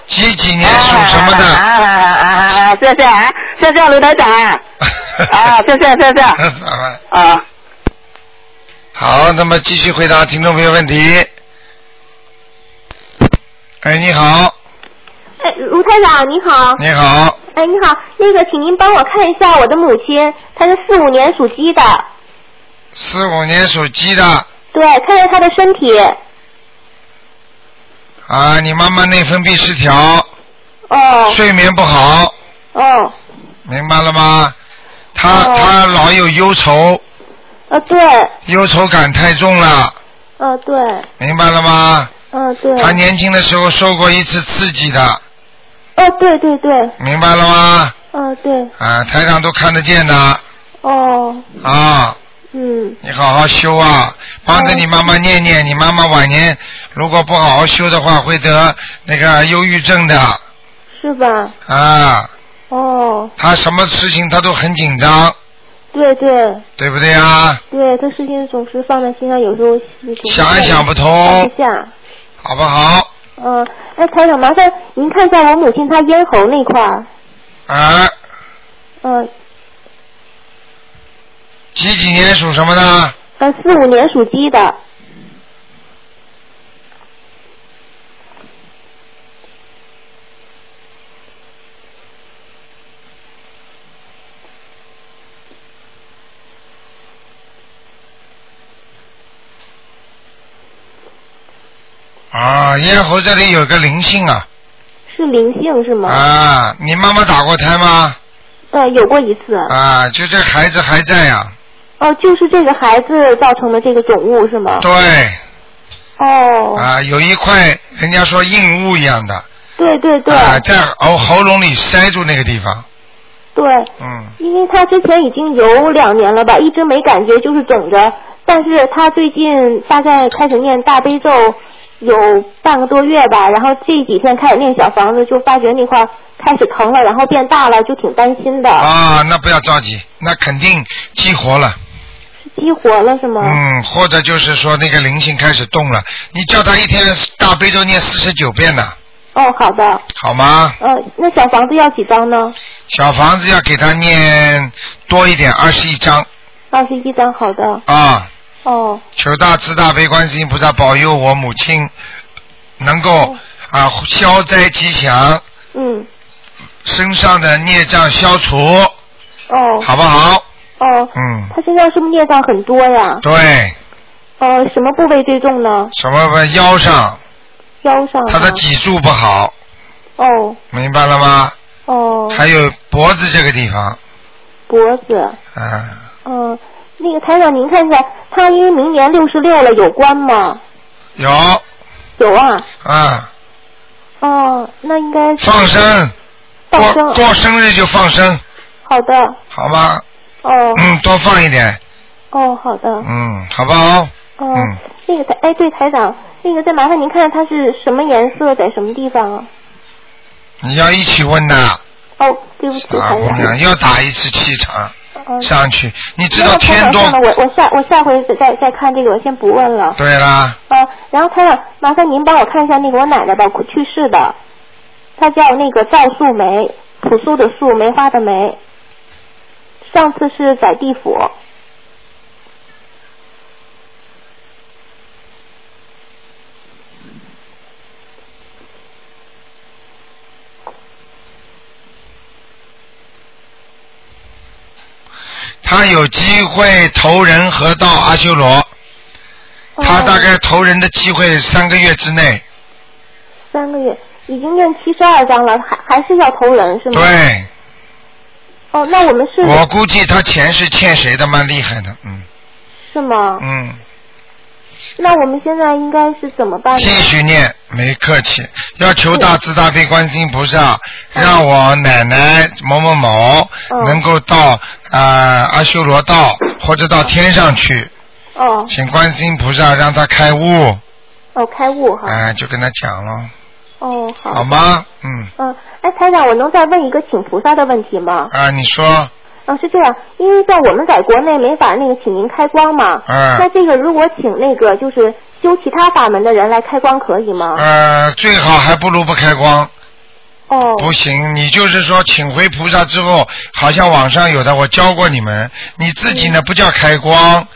[SPEAKER 1] 几几年属什么
[SPEAKER 10] 啊
[SPEAKER 1] 的？
[SPEAKER 10] 啊啊啊啊！谢谢啊，谢谢卢台长啊，啊，谢谢谢谢
[SPEAKER 1] 呃
[SPEAKER 10] 啊。
[SPEAKER 1] 好，那么继续回答听众朋友问题。哎，你好，
[SPEAKER 5] 哎，卢台长你好。
[SPEAKER 1] 你好，
[SPEAKER 5] 哎，你好，那个，请您帮我看一下我的母亲，她是四五年属鸡的，
[SPEAKER 1] 四五年属鸡的
[SPEAKER 5] 对，看看她的身体。
[SPEAKER 1] 啊，你妈妈内分泌失调，
[SPEAKER 5] 哦
[SPEAKER 1] 睡眠不好，
[SPEAKER 5] 哦，
[SPEAKER 1] 明白了吗？她
[SPEAKER 5] 哦
[SPEAKER 1] 她老有忧愁，
[SPEAKER 5] 呃，对，
[SPEAKER 1] 忧愁感太重了，
[SPEAKER 5] 呃，对，
[SPEAKER 1] 明白了吗？
[SPEAKER 5] 呃，对。
[SPEAKER 1] 她年轻的时候受过一次刺激的，
[SPEAKER 5] 哦，对对对，
[SPEAKER 1] 明白了吗？
[SPEAKER 5] 呃，对，
[SPEAKER 1] 啊，台上都看得见的
[SPEAKER 5] 哦，
[SPEAKER 1] 啊，
[SPEAKER 5] 嗯，
[SPEAKER 1] 你好好修啊，帮着你妈妈念念，你妈妈晚年如果不好好修的话，会得那个忧郁症的
[SPEAKER 5] 是吧？
[SPEAKER 1] 啊。
[SPEAKER 5] 哦，
[SPEAKER 1] 她什么事情她都很紧张，
[SPEAKER 5] 对对
[SPEAKER 1] 对不对啊？
[SPEAKER 5] 对，她事情总是放在心上，有时候总是
[SPEAKER 1] 想也想不通
[SPEAKER 5] 放不下。
[SPEAKER 1] 好不好？
[SPEAKER 5] 嗯，哎，台长，麻烦您看一下我母亲她咽喉那块儿，
[SPEAKER 1] 啊，
[SPEAKER 5] 嗯，
[SPEAKER 1] 几几年属什么呢？
[SPEAKER 5] 呃，四五年属鸡的，
[SPEAKER 1] 啊，咽喉这里有个灵性啊
[SPEAKER 5] 是灵性是吗？
[SPEAKER 1] 啊！你妈妈打过胎吗？
[SPEAKER 5] 呃，有过一次。
[SPEAKER 1] 啊，就这孩子还在啊呀、
[SPEAKER 5] 哦，就是这个孩子造成的这个肿物是吗？
[SPEAKER 1] 对，
[SPEAKER 5] 哦，
[SPEAKER 1] 啊，有一块人家说硬物一样的，
[SPEAKER 5] 对对对、
[SPEAKER 1] 啊，在喉喉咙里塞住那个地方，
[SPEAKER 5] 对，
[SPEAKER 1] 嗯，
[SPEAKER 5] 因为他之前已经有两年了吧，一直没感觉，就是肿着。但是他最近大概开始念大悲咒有半个多月吧，然后这几天开始念小房子，就发觉那块儿开始疼了，然后变大了，就挺担心的。
[SPEAKER 1] 啊，那不要着急，那肯定激活了，
[SPEAKER 5] 激活了是吗？
[SPEAKER 1] 嗯，或者就是说那个灵性开始动了，你叫他一天大悲咒念四十九遍呢，
[SPEAKER 5] 哦，好的。
[SPEAKER 1] 好吗？
[SPEAKER 5] 呃，那小房子要几张呢？
[SPEAKER 1] 小房子要给他念多一点，二十一章
[SPEAKER 5] 二十一张，好的。
[SPEAKER 1] 啊，
[SPEAKER 5] 哦，
[SPEAKER 1] 求大慈大悲观世音菩萨保佑我母亲能够啊消灾吉祥，
[SPEAKER 5] 嗯，
[SPEAKER 1] 身上的孽障消除，
[SPEAKER 5] 哦，
[SPEAKER 1] 好不好？
[SPEAKER 5] 哦，
[SPEAKER 1] 嗯，
[SPEAKER 5] 他身上是不是孽障很多呀？
[SPEAKER 1] 对，
[SPEAKER 5] 呃，什么部位最重呢？
[SPEAKER 1] 什么腰上，
[SPEAKER 5] 腰上、啊。
[SPEAKER 1] 他的脊柱不好，
[SPEAKER 5] 哦
[SPEAKER 1] 明白了吗？
[SPEAKER 5] 哦。
[SPEAKER 1] 还有脖子这个地方，
[SPEAKER 5] 脖子。
[SPEAKER 1] 嗯，
[SPEAKER 5] 嗯、那个台长您看一下，他因为明年六十六了，有关吗？
[SPEAKER 1] 有
[SPEAKER 5] 有啊。
[SPEAKER 1] 啊，
[SPEAKER 5] 哦，那应该是
[SPEAKER 1] 放生，
[SPEAKER 5] 放
[SPEAKER 1] 过
[SPEAKER 5] 生。
[SPEAKER 1] 过生日就放生，
[SPEAKER 5] 好的，
[SPEAKER 1] 好吗？
[SPEAKER 5] 哦
[SPEAKER 1] 嗯，多放一点，
[SPEAKER 5] 哦，好的，
[SPEAKER 1] 嗯，好不好？
[SPEAKER 5] 哦。
[SPEAKER 1] 嗯，
[SPEAKER 5] 那个台哎，对台长，那个再麻烦您看看它是什么颜色，在什么地方啊？
[SPEAKER 1] 你要一起问的，
[SPEAKER 5] 哦，对不起，
[SPEAKER 1] 傻
[SPEAKER 5] 台
[SPEAKER 1] 姑
[SPEAKER 5] 长。
[SPEAKER 1] 娘，又打一次气场
[SPEAKER 5] 嗯
[SPEAKER 1] 上去，你知
[SPEAKER 5] 那
[SPEAKER 1] 道
[SPEAKER 5] 个台
[SPEAKER 1] 天
[SPEAKER 5] 长
[SPEAKER 1] 多
[SPEAKER 5] 算了，我我下我下回再再看这个，我先不问了。
[SPEAKER 1] 对啦，
[SPEAKER 5] 啊，然后台长，麻烦您帮我看一下那个我奶奶吧，去世的，她叫那个赵素梅，朴素的素，梅花的梅。上次是在地府，
[SPEAKER 1] 他有机会投人和到阿修罗，
[SPEAKER 5] 哦
[SPEAKER 1] 他大概投人的机会三个月之内，
[SPEAKER 5] 三个月，已经念七十二章了，还还是要投人是吗？。
[SPEAKER 1] 对
[SPEAKER 5] 哦，那我们是
[SPEAKER 1] 我估计他钱是欠谁的蛮厉害的，嗯
[SPEAKER 5] 是吗？
[SPEAKER 1] 嗯。
[SPEAKER 5] 那我们现在应该是怎么办呢？
[SPEAKER 1] 继续念，没客气，要求大慈大悲观世音菩萨，让我奶奶某某某
[SPEAKER 5] 嗯
[SPEAKER 1] 能够到啊、呃阿修罗道或者到天上去，
[SPEAKER 5] 哦
[SPEAKER 1] 请观世音菩萨让她开悟，
[SPEAKER 5] 哦，开悟哈。
[SPEAKER 1] 哎、就跟她讲了，
[SPEAKER 5] 哦，好。
[SPEAKER 1] 好吗？嗯，
[SPEAKER 5] 嗯，哎，台长，我能再问一个请菩萨的问题吗？
[SPEAKER 1] 啊，你说，
[SPEAKER 5] 啊，是这样，因为在我们在国内没法那个请您开光嘛。
[SPEAKER 1] 嗯
[SPEAKER 5] 那这个如果请那个就是修其他法门的人来开光可以吗？
[SPEAKER 1] 呃，最好还不如不开光，
[SPEAKER 5] 哦
[SPEAKER 1] 不行，你就是说请回菩萨之后，好像网上有的我教过你们，你自己呢不叫开光，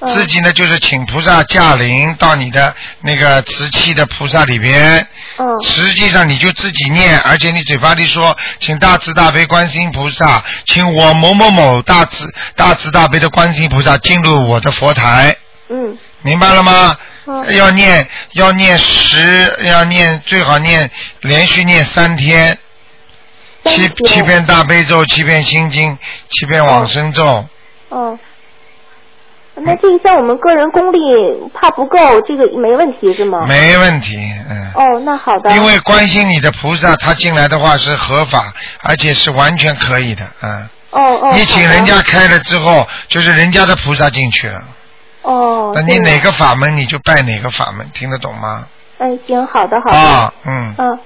[SPEAKER 5] 嗯
[SPEAKER 1] 自己呢就是请菩萨驾临到你的那个瓷器的菩萨里边，
[SPEAKER 5] 嗯
[SPEAKER 1] 实际上你就自己念，而且你嘴巴里说请大慈大悲观世音菩萨，请我某某某大慈大慈大悲的观世音菩萨进入我的佛台，
[SPEAKER 5] 嗯
[SPEAKER 1] 明白了吗？
[SPEAKER 5] 嗯
[SPEAKER 1] 要念要念十，要念最好念连续念三天，
[SPEAKER 5] 三
[SPEAKER 1] 七
[SPEAKER 5] 天
[SPEAKER 1] 七遍大悲咒，七遍心经，七遍往生咒。
[SPEAKER 5] 哦。那这个像我们个人功力怕不够，这个没问题是吗？。
[SPEAKER 1] 没问题，嗯。
[SPEAKER 5] 哦，那好的。
[SPEAKER 1] 因为关心你的菩萨，他进来的话是合法，而且是完全可以的，嗯。
[SPEAKER 5] 哦哦。
[SPEAKER 1] 你请
[SPEAKER 5] 好的
[SPEAKER 1] 人家。开了之后，就是人家的菩萨进去了。
[SPEAKER 5] 哦。
[SPEAKER 1] 那你
[SPEAKER 5] 这样
[SPEAKER 1] 哪？个法门你就拜哪个法门，听得懂吗？
[SPEAKER 5] 嗯，行，好的好的。
[SPEAKER 1] 啊，嗯，
[SPEAKER 5] 嗯。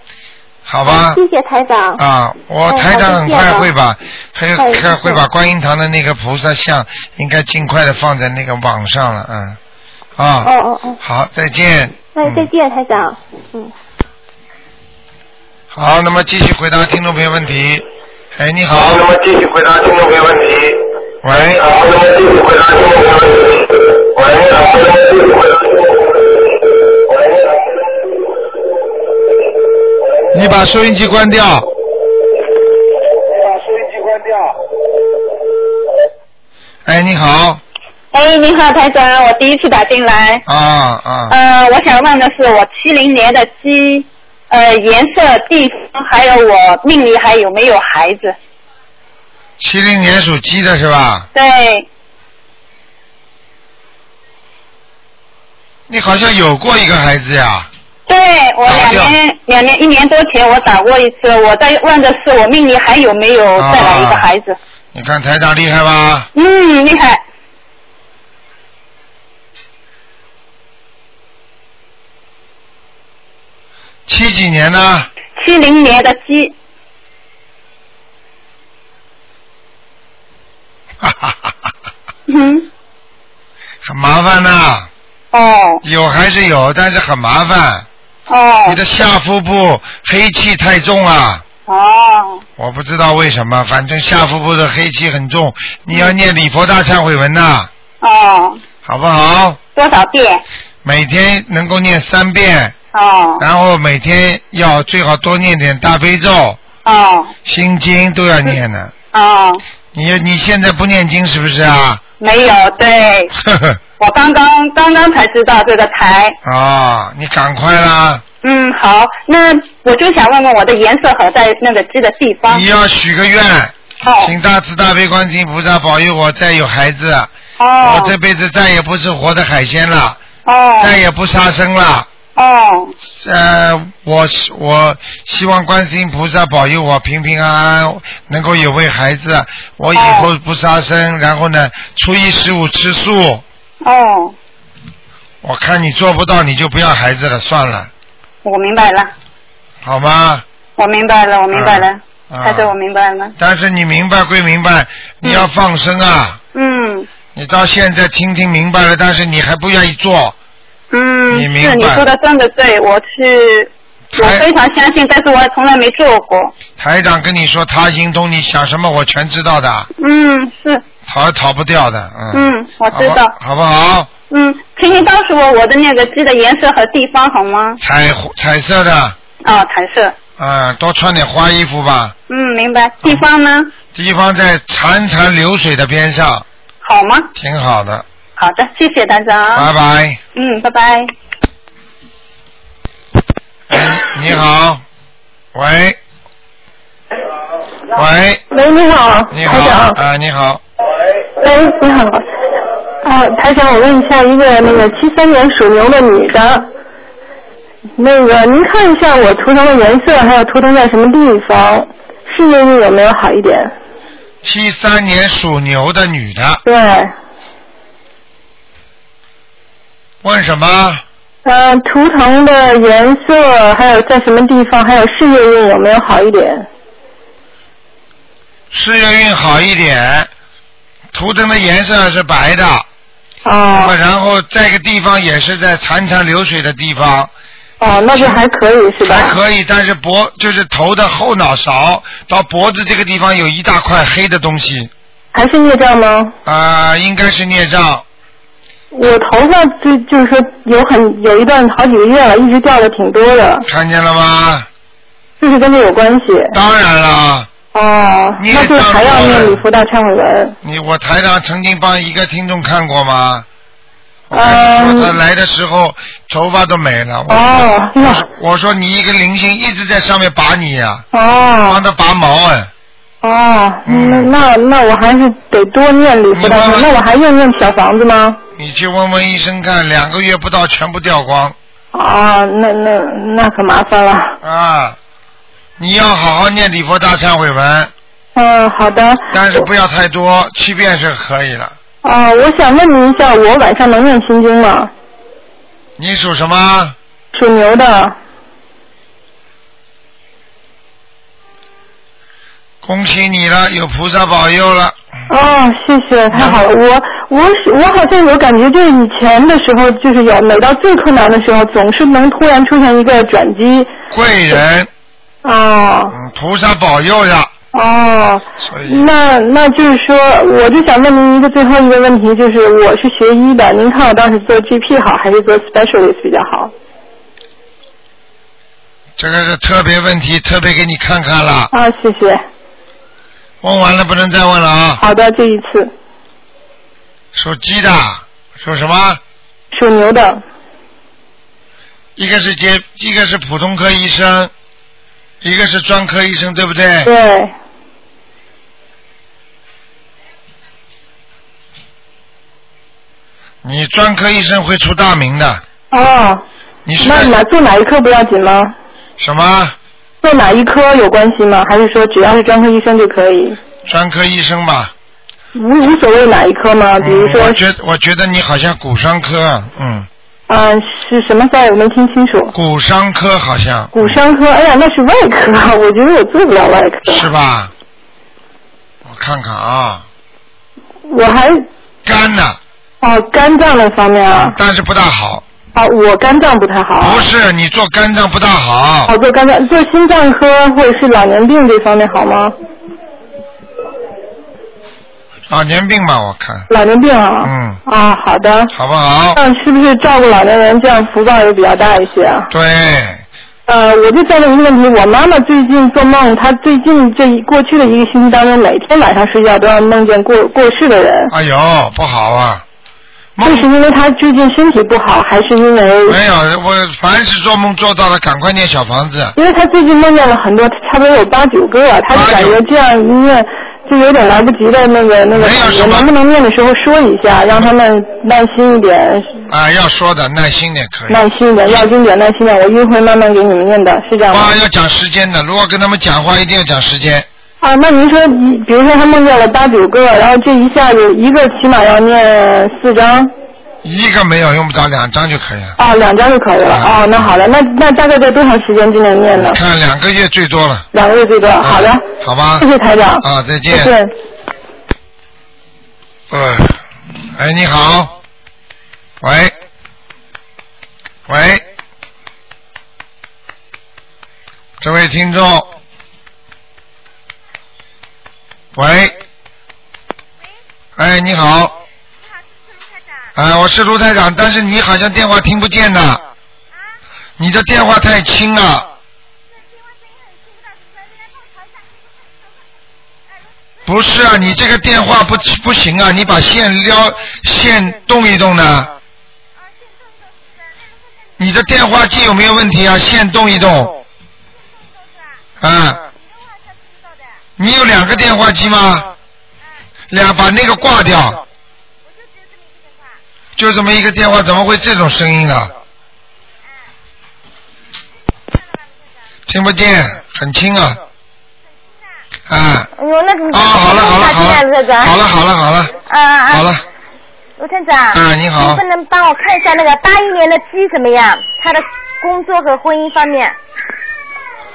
[SPEAKER 1] 好吧。
[SPEAKER 5] 谢谢台长。
[SPEAKER 1] 啊，我台长很快会把，很
[SPEAKER 5] 哦好
[SPEAKER 1] 快
[SPEAKER 5] 谢谢啊
[SPEAKER 1] 会把观音堂的那个菩萨像，应该尽快的放在那个网上了，嗯，啊，
[SPEAKER 5] 哦哦哦，
[SPEAKER 1] 好，再见。
[SPEAKER 5] 那再
[SPEAKER 1] 嗯。
[SPEAKER 5] 见，台长。嗯。
[SPEAKER 1] 好，那么继续回答听众朋友问题。哎，你好，
[SPEAKER 11] 好，那么继续回答听众朋友问题。
[SPEAKER 1] 喂，
[SPEAKER 11] 好，那么继续回答听众朋友问题。喂，好，那么继续回答听众朋友问题。
[SPEAKER 1] 你把收音机关掉。
[SPEAKER 11] 把收音机关掉。
[SPEAKER 1] 哎，你好，
[SPEAKER 4] 哎，你好，台长，我第一次打进来。
[SPEAKER 1] 啊啊，
[SPEAKER 4] 呃，我想问的是，我七零年的鸡，呃，颜色、地方，还有我命里还有没有孩子？
[SPEAKER 1] 七零年属鸡的是吧？
[SPEAKER 4] 对，
[SPEAKER 1] 你好像有过一个孩子呀，
[SPEAKER 4] 对我
[SPEAKER 1] 打
[SPEAKER 4] 两
[SPEAKER 1] 掉
[SPEAKER 5] 啊
[SPEAKER 4] 年、两年、一年多前我打过一次，我在问的是我命里还有没有
[SPEAKER 1] 啊
[SPEAKER 4] 再来一个孩子？
[SPEAKER 1] 你看台长厉害吧？
[SPEAKER 4] 嗯，厉害。
[SPEAKER 1] 七几年呢？
[SPEAKER 4] 七零年的鸡，
[SPEAKER 1] 哈哈哈哈哈，
[SPEAKER 4] 嗯，
[SPEAKER 1] [LAUGHS] 很麻烦呐、
[SPEAKER 4] 哦
[SPEAKER 1] 有还是有，但是很麻烦。你
[SPEAKER 4] 哦
[SPEAKER 1] 的下腹部黑气太重啊，
[SPEAKER 4] 哦，
[SPEAKER 1] 我不知道为什么，反正下腹部的黑气很重，你要念礼佛大忏悔文呐、
[SPEAKER 4] 哦，
[SPEAKER 1] 好不好？
[SPEAKER 4] 多少遍？
[SPEAKER 1] 每天能够念三遍，
[SPEAKER 4] 哦
[SPEAKER 1] 然后每天要最好多念点大悲咒、
[SPEAKER 4] 哦
[SPEAKER 1] 心经都要念的。
[SPEAKER 4] 哦，
[SPEAKER 1] 你你现在不念经是不是啊？
[SPEAKER 4] 没有，对。
[SPEAKER 1] 呵呵，
[SPEAKER 4] 我刚刚刚刚才知道这个台，
[SPEAKER 1] [LAUGHS] 啊，你赶快啦！
[SPEAKER 4] 嗯，好，那我就想问问我的颜色和在那个鸡的地方
[SPEAKER 1] 你，要许个愿，请大慈大悲观世音菩萨保佑我再有孩子，
[SPEAKER 11] 哦
[SPEAKER 1] 我这辈子再也不吃活的海鲜了，
[SPEAKER 11] 哦
[SPEAKER 1] 再也不杀生了。
[SPEAKER 11] 哦
[SPEAKER 1] 呃，我希我希望观世音菩萨保佑我平平安安，能够有位孩子。我以后不杀生，然后呢，初一十五吃素。
[SPEAKER 4] 哦，
[SPEAKER 1] 我看你做不到，你就不要孩子了，算了，
[SPEAKER 4] 我明白了，
[SPEAKER 1] 好吗？
[SPEAKER 4] 我明白了，我明白了，
[SPEAKER 1] 啊
[SPEAKER 4] 台长，我明白了，
[SPEAKER 1] 但是你明白归明白，你要放生啊！
[SPEAKER 4] 嗯
[SPEAKER 1] 你到现在听听明白了，但是你还不愿意做，
[SPEAKER 4] 嗯，
[SPEAKER 1] 你明白
[SPEAKER 4] 是你说的真的对，我是我非常相信，但是我从来没做过，
[SPEAKER 1] 台长跟你说他心动，你想什么我全知道的，
[SPEAKER 4] 嗯是，
[SPEAKER 1] 逃也逃不掉的，嗯。
[SPEAKER 4] 嗯我知道，
[SPEAKER 1] 好不好？
[SPEAKER 4] 嗯，请你告诉我我的那个鸡的颜色和地方好吗？
[SPEAKER 1] 彩彩色的，
[SPEAKER 4] 啊，彩色，
[SPEAKER 1] 嗯，多穿点花衣服吧。
[SPEAKER 4] 嗯明白，地方呢？
[SPEAKER 1] 地方在潺潺流水的边上，
[SPEAKER 4] 好吗？
[SPEAKER 1] 挺好的。
[SPEAKER 4] 好的，谢谢台长，
[SPEAKER 1] 拜拜。
[SPEAKER 4] 嗯，拜拜。
[SPEAKER 1] [LAUGHS] 你好，喂，喂，
[SPEAKER 12] 喂，你好，
[SPEAKER 1] 你
[SPEAKER 12] 台
[SPEAKER 1] 好
[SPEAKER 12] 长，
[SPEAKER 1] 啊，你好，
[SPEAKER 12] 喂，
[SPEAKER 5] 呃
[SPEAKER 12] 你嗯好，啊，台长，我问一下，一个那个七三年属牛的女的，那个您看一下我图腾的颜色，还有图腾在什么地方，视力有没有好一点？
[SPEAKER 1] 七三年属牛的女的，
[SPEAKER 12] 对，
[SPEAKER 1] 问什么？
[SPEAKER 12] 呃，图腾的颜色，还有在什么地方，还有事业运有没有好一点？
[SPEAKER 1] 事业运好一点，图腾的颜色是白的。
[SPEAKER 12] 哦。
[SPEAKER 1] 然后这个地方也是在潺潺流水的地方。
[SPEAKER 12] 哦，那就还可以是吧？
[SPEAKER 1] 还可以，但是脖就是头的后脑勺到脖子这个地方有一大块黑的东西
[SPEAKER 12] 还是孽障吗？
[SPEAKER 1] 啊、应该是孽障。
[SPEAKER 12] 我头发就就是说有很有一段好几个月了，一直掉的挺多的，
[SPEAKER 1] 看见了吗？啊
[SPEAKER 12] 就是跟这有关系。
[SPEAKER 1] 当然了，
[SPEAKER 12] 哦，
[SPEAKER 1] 孽
[SPEAKER 12] 那就
[SPEAKER 1] 障
[SPEAKER 12] 还要
[SPEAKER 1] 多了
[SPEAKER 12] 念礼佛大忏悔文。
[SPEAKER 1] 你我台上曾经帮一个听众看过吗？我看
[SPEAKER 12] 嗯
[SPEAKER 1] 过他来的时候头发都没了。我
[SPEAKER 12] 哦，那
[SPEAKER 1] 我说你一个灵性一直在上面拔你呀、
[SPEAKER 12] 哦
[SPEAKER 1] 帮他拔毛哎、
[SPEAKER 12] 哦，那
[SPEAKER 1] 嗯
[SPEAKER 12] 那那我还是得多念礼佛大忏悔。那我还用念小房子吗？
[SPEAKER 1] 你去问问医生看，两个月不到全部掉光
[SPEAKER 12] 啊，那那那可麻烦了。
[SPEAKER 1] 啊！你要好好念礼佛大忏悔文，
[SPEAKER 12] 嗯，好的。
[SPEAKER 1] 但是不要太多，七遍是可以了。
[SPEAKER 12] 啊，我想问您一下，我晚上能念心经吗？
[SPEAKER 1] 你属什么？
[SPEAKER 12] 属牛的。
[SPEAKER 1] 恭喜你了，有菩萨保佑了。
[SPEAKER 12] 哦，谢谢，太好了。我我是我好像有感觉，就是以前的时候，就是有每到最困难的时候，总是能突然出现一个转机。
[SPEAKER 1] 贵人，
[SPEAKER 12] 哦
[SPEAKER 1] 嗯，菩萨保佑呀。
[SPEAKER 12] 哦，
[SPEAKER 1] 所以
[SPEAKER 12] 那那就是说，我就想问您一个最后一个问题，就是我是学医的，您看我当时做 GP 好还是做 specialist 比较好？
[SPEAKER 1] 这个是特别问题，特别给你看看了。
[SPEAKER 12] 啊，谢谢。
[SPEAKER 1] 问完了不能再问了啊。
[SPEAKER 12] 好的，这一次
[SPEAKER 1] 属鸡的，属什么？
[SPEAKER 12] 属牛的。
[SPEAKER 1] 一个是接，一个是普通科医生，一个是专科医生，对不对？
[SPEAKER 12] 对。
[SPEAKER 1] 你专科医生会出大名的，
[SPEAKER 12] 哦，
[SPEAKER 1] 你是
[SPEAKER 12] 那哪做哪一科不要紧吗？
[SPEAKER 1] 什么
[SPEAKER 12] 做哪一科有关系吗？还是说只要是专科医生就可以？
[SPEAKER 1] 专科医生吧？
[SPEAKER 12] 无无所谓哪一科吗？比如
[SPEAKER 1] 嗯
[SPEAKER 12] 说，
[SPEAKER 1] 我觉我觉得你好像骨伤科啊，嗯，
[SPEAKER 12] 嗯、是什么赛？我没听清楚。
[SPEAKER 1] 骨伤科好像
[SPEAKER 12] 骨伤科，哎呀，那是外科，我觉得我做不了外科。
[SPEAKER 1] 是吧？我看看啊，
[SPEAKER 12] 我还
[SPEAKER 1] 肝呢、
[SPEAKER 12] 哦，肝脏那方面啊，
[SPEAKER 1] 但是不大好。
[SPEAKER 12] 啊，我肝脏不太好。
[SPEAKER 1] 不是你做肝脏不大好，
[SPEAKER 12] 哦，做肝脏，做心脏科或者是老年病这方面好吗？
[SPEAKER 1] 老啊年病吧？我看，
[SPEAKER 12] 老年病啊。
[SPEAKER 1] 嗯，
[SPEAKER 12] 啊，好的。
[SPEAKER 1] 好不好？
[SPEAKER 12] 这样是不是照顾老年人，这样福报也比较大一些啊？
[SPEAKER 1] 对，
[SPEAKER 12] 呃，我就再问一个问题，我妈妈最近做梦，她最近这一过去的一个星期当中，每天晚上睡觉都要梦见过过世的人，
[SPEAKER 1] 哎呦，不好啊！
[SPEAKER 12] 这是因为她最近身体不好，还是因 [LAUGHS] 为？
[SPEAKER 1] 没有，我凡是做梦做到了，赶快念小房子。
[SPEAKER 12] 啊因为她最近梦见了很多，差不多有八九个，她就感觉这样一念就有点来不及的那个那个感觉，能不能念的时候说一下，让他们耐心一点，
[SPEAKER 1] 啊，要说的耐心点可以。
[SPEAKER 12] 嗯耐心一点，要经典耐心一点，我一定会慢慢给你们念的，是这样吗？
[SPEAKER 1] 话要讲时间的，如果跟他们讲话，一定要讲时间。
[SPEAKER 12] 啊，那您说，你比如说他梦见了八九个，然后这一下有一个起码要念四张
[SPEAKER 1] 一个没有，用不着两张就可以了。
[SPEAKER 12] 啊，两张就可以了。哦，那好的，那那大概在多长时间之内念呢？
[SPEAKER 1] 看两个月最多了，嗯
[SPEAKER 12] 两个月最多。好的，
[SPEAKER 1] 好吧？
[SPEAKER 12] 谢谢台长。
[SPEAKER 1] 啊，再见。
[SPEAKER 12] 再见。
[SPEAKER 1] 哎，哎，你好，喂，喂，这位听众，喂，哎，你好，哎，我是卢台啊长，但是你好像电话听不见呐，你的电话太轻啊了。不是啊，你这个电话不不行啊，你把线撩线动一动呢。你的电话机有没有问题啊？线动一动。啊。你有两个电话机吗？两，把那个挂掉。就这么一个电话，怎么会这种声音呢？听不见，很轻啊。啊。
[SPEAKER 13] 哎呦，那怎么
[SPEAKER 1] 啊好了好了好了
[SPEAKER 13] 卢台长，
[SPEAKER 1] 好了好了好了
[SPEAKER 13] 啊啊，
[SPEAKER 1] 好了，
[SPEAKER 13] 卢探长，
[SPEAKER 1] 啊你好
[SPEAKER 13] 能不能帮我看一下那个八一年的鸡怎么样？他的工作和婚姻方面，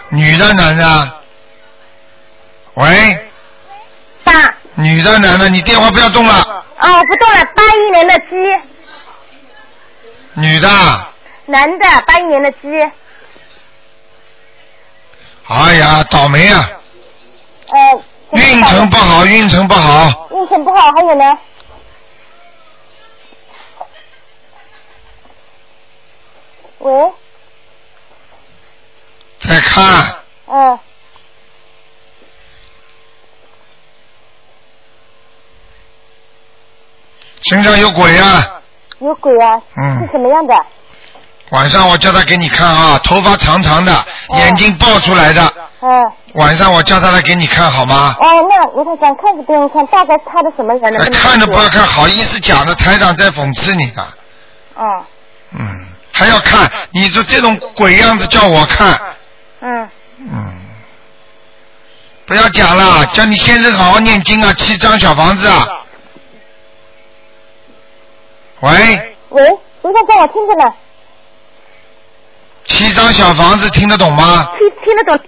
[SPEAKER 1] 女的男的？喂，
[SPEAKER 13] 八
[SPEAKER 1] 女的男的，你电话不要动了，
[SPEAKER 13] 哦不动了，八一年的鸡，
[SPEAKER 1] 女的。
[SPEAKER 13] 男的，八一年的鸡，
[SPEAKER 1] 哎呀，倒霉啊，
[SPEAKER 13] 呃，
[SPEAKER 1] 运程不好，运程不好，
[SPEAKER 13] 运程不好，还有呢，喂，
[SPEAKER 1] 再看。
[SPEAKER 13] 嗯，
[SPEAKER 1] 身上有鬼啊！
[SPEAKER 13] 有鬼啊，
[SPEAKER 1] 嗯
[SPEAKER 13] 是什么样的？
[SPEAKER 1] 晚上我叫他给你看啊，头发长长的，
[SPEAKER 13] 哦
[SPEAKER 1] 眼睛爆出来的。
[SPEAKER 13] 嗯，
[SPEAKER 1] 晚上我叫他来给你看好吗？
[SPEAKER 13] 哦，那卢台长看是不用看，大概他的什么人呢？
[SPEAKER 1] 哎看都不要看，好意思讲的，台长在讽刺你的，
[SPEAKER 13] 哦，
[SPEAKER 1] 嗯，还要看，你说这种鬼样子叫我看，
[SPEAKER 13] 嗯，
[SPEAKER 1] 不要讲了，叫你先生好好念经啊，七张小房子啊。喂，
[SPEAKER 13] 喂，卢台长，我听着呢，
[SPEAKER 1] 七张小房子听得懂吗？
[SPEAKER 13] 听听得懂。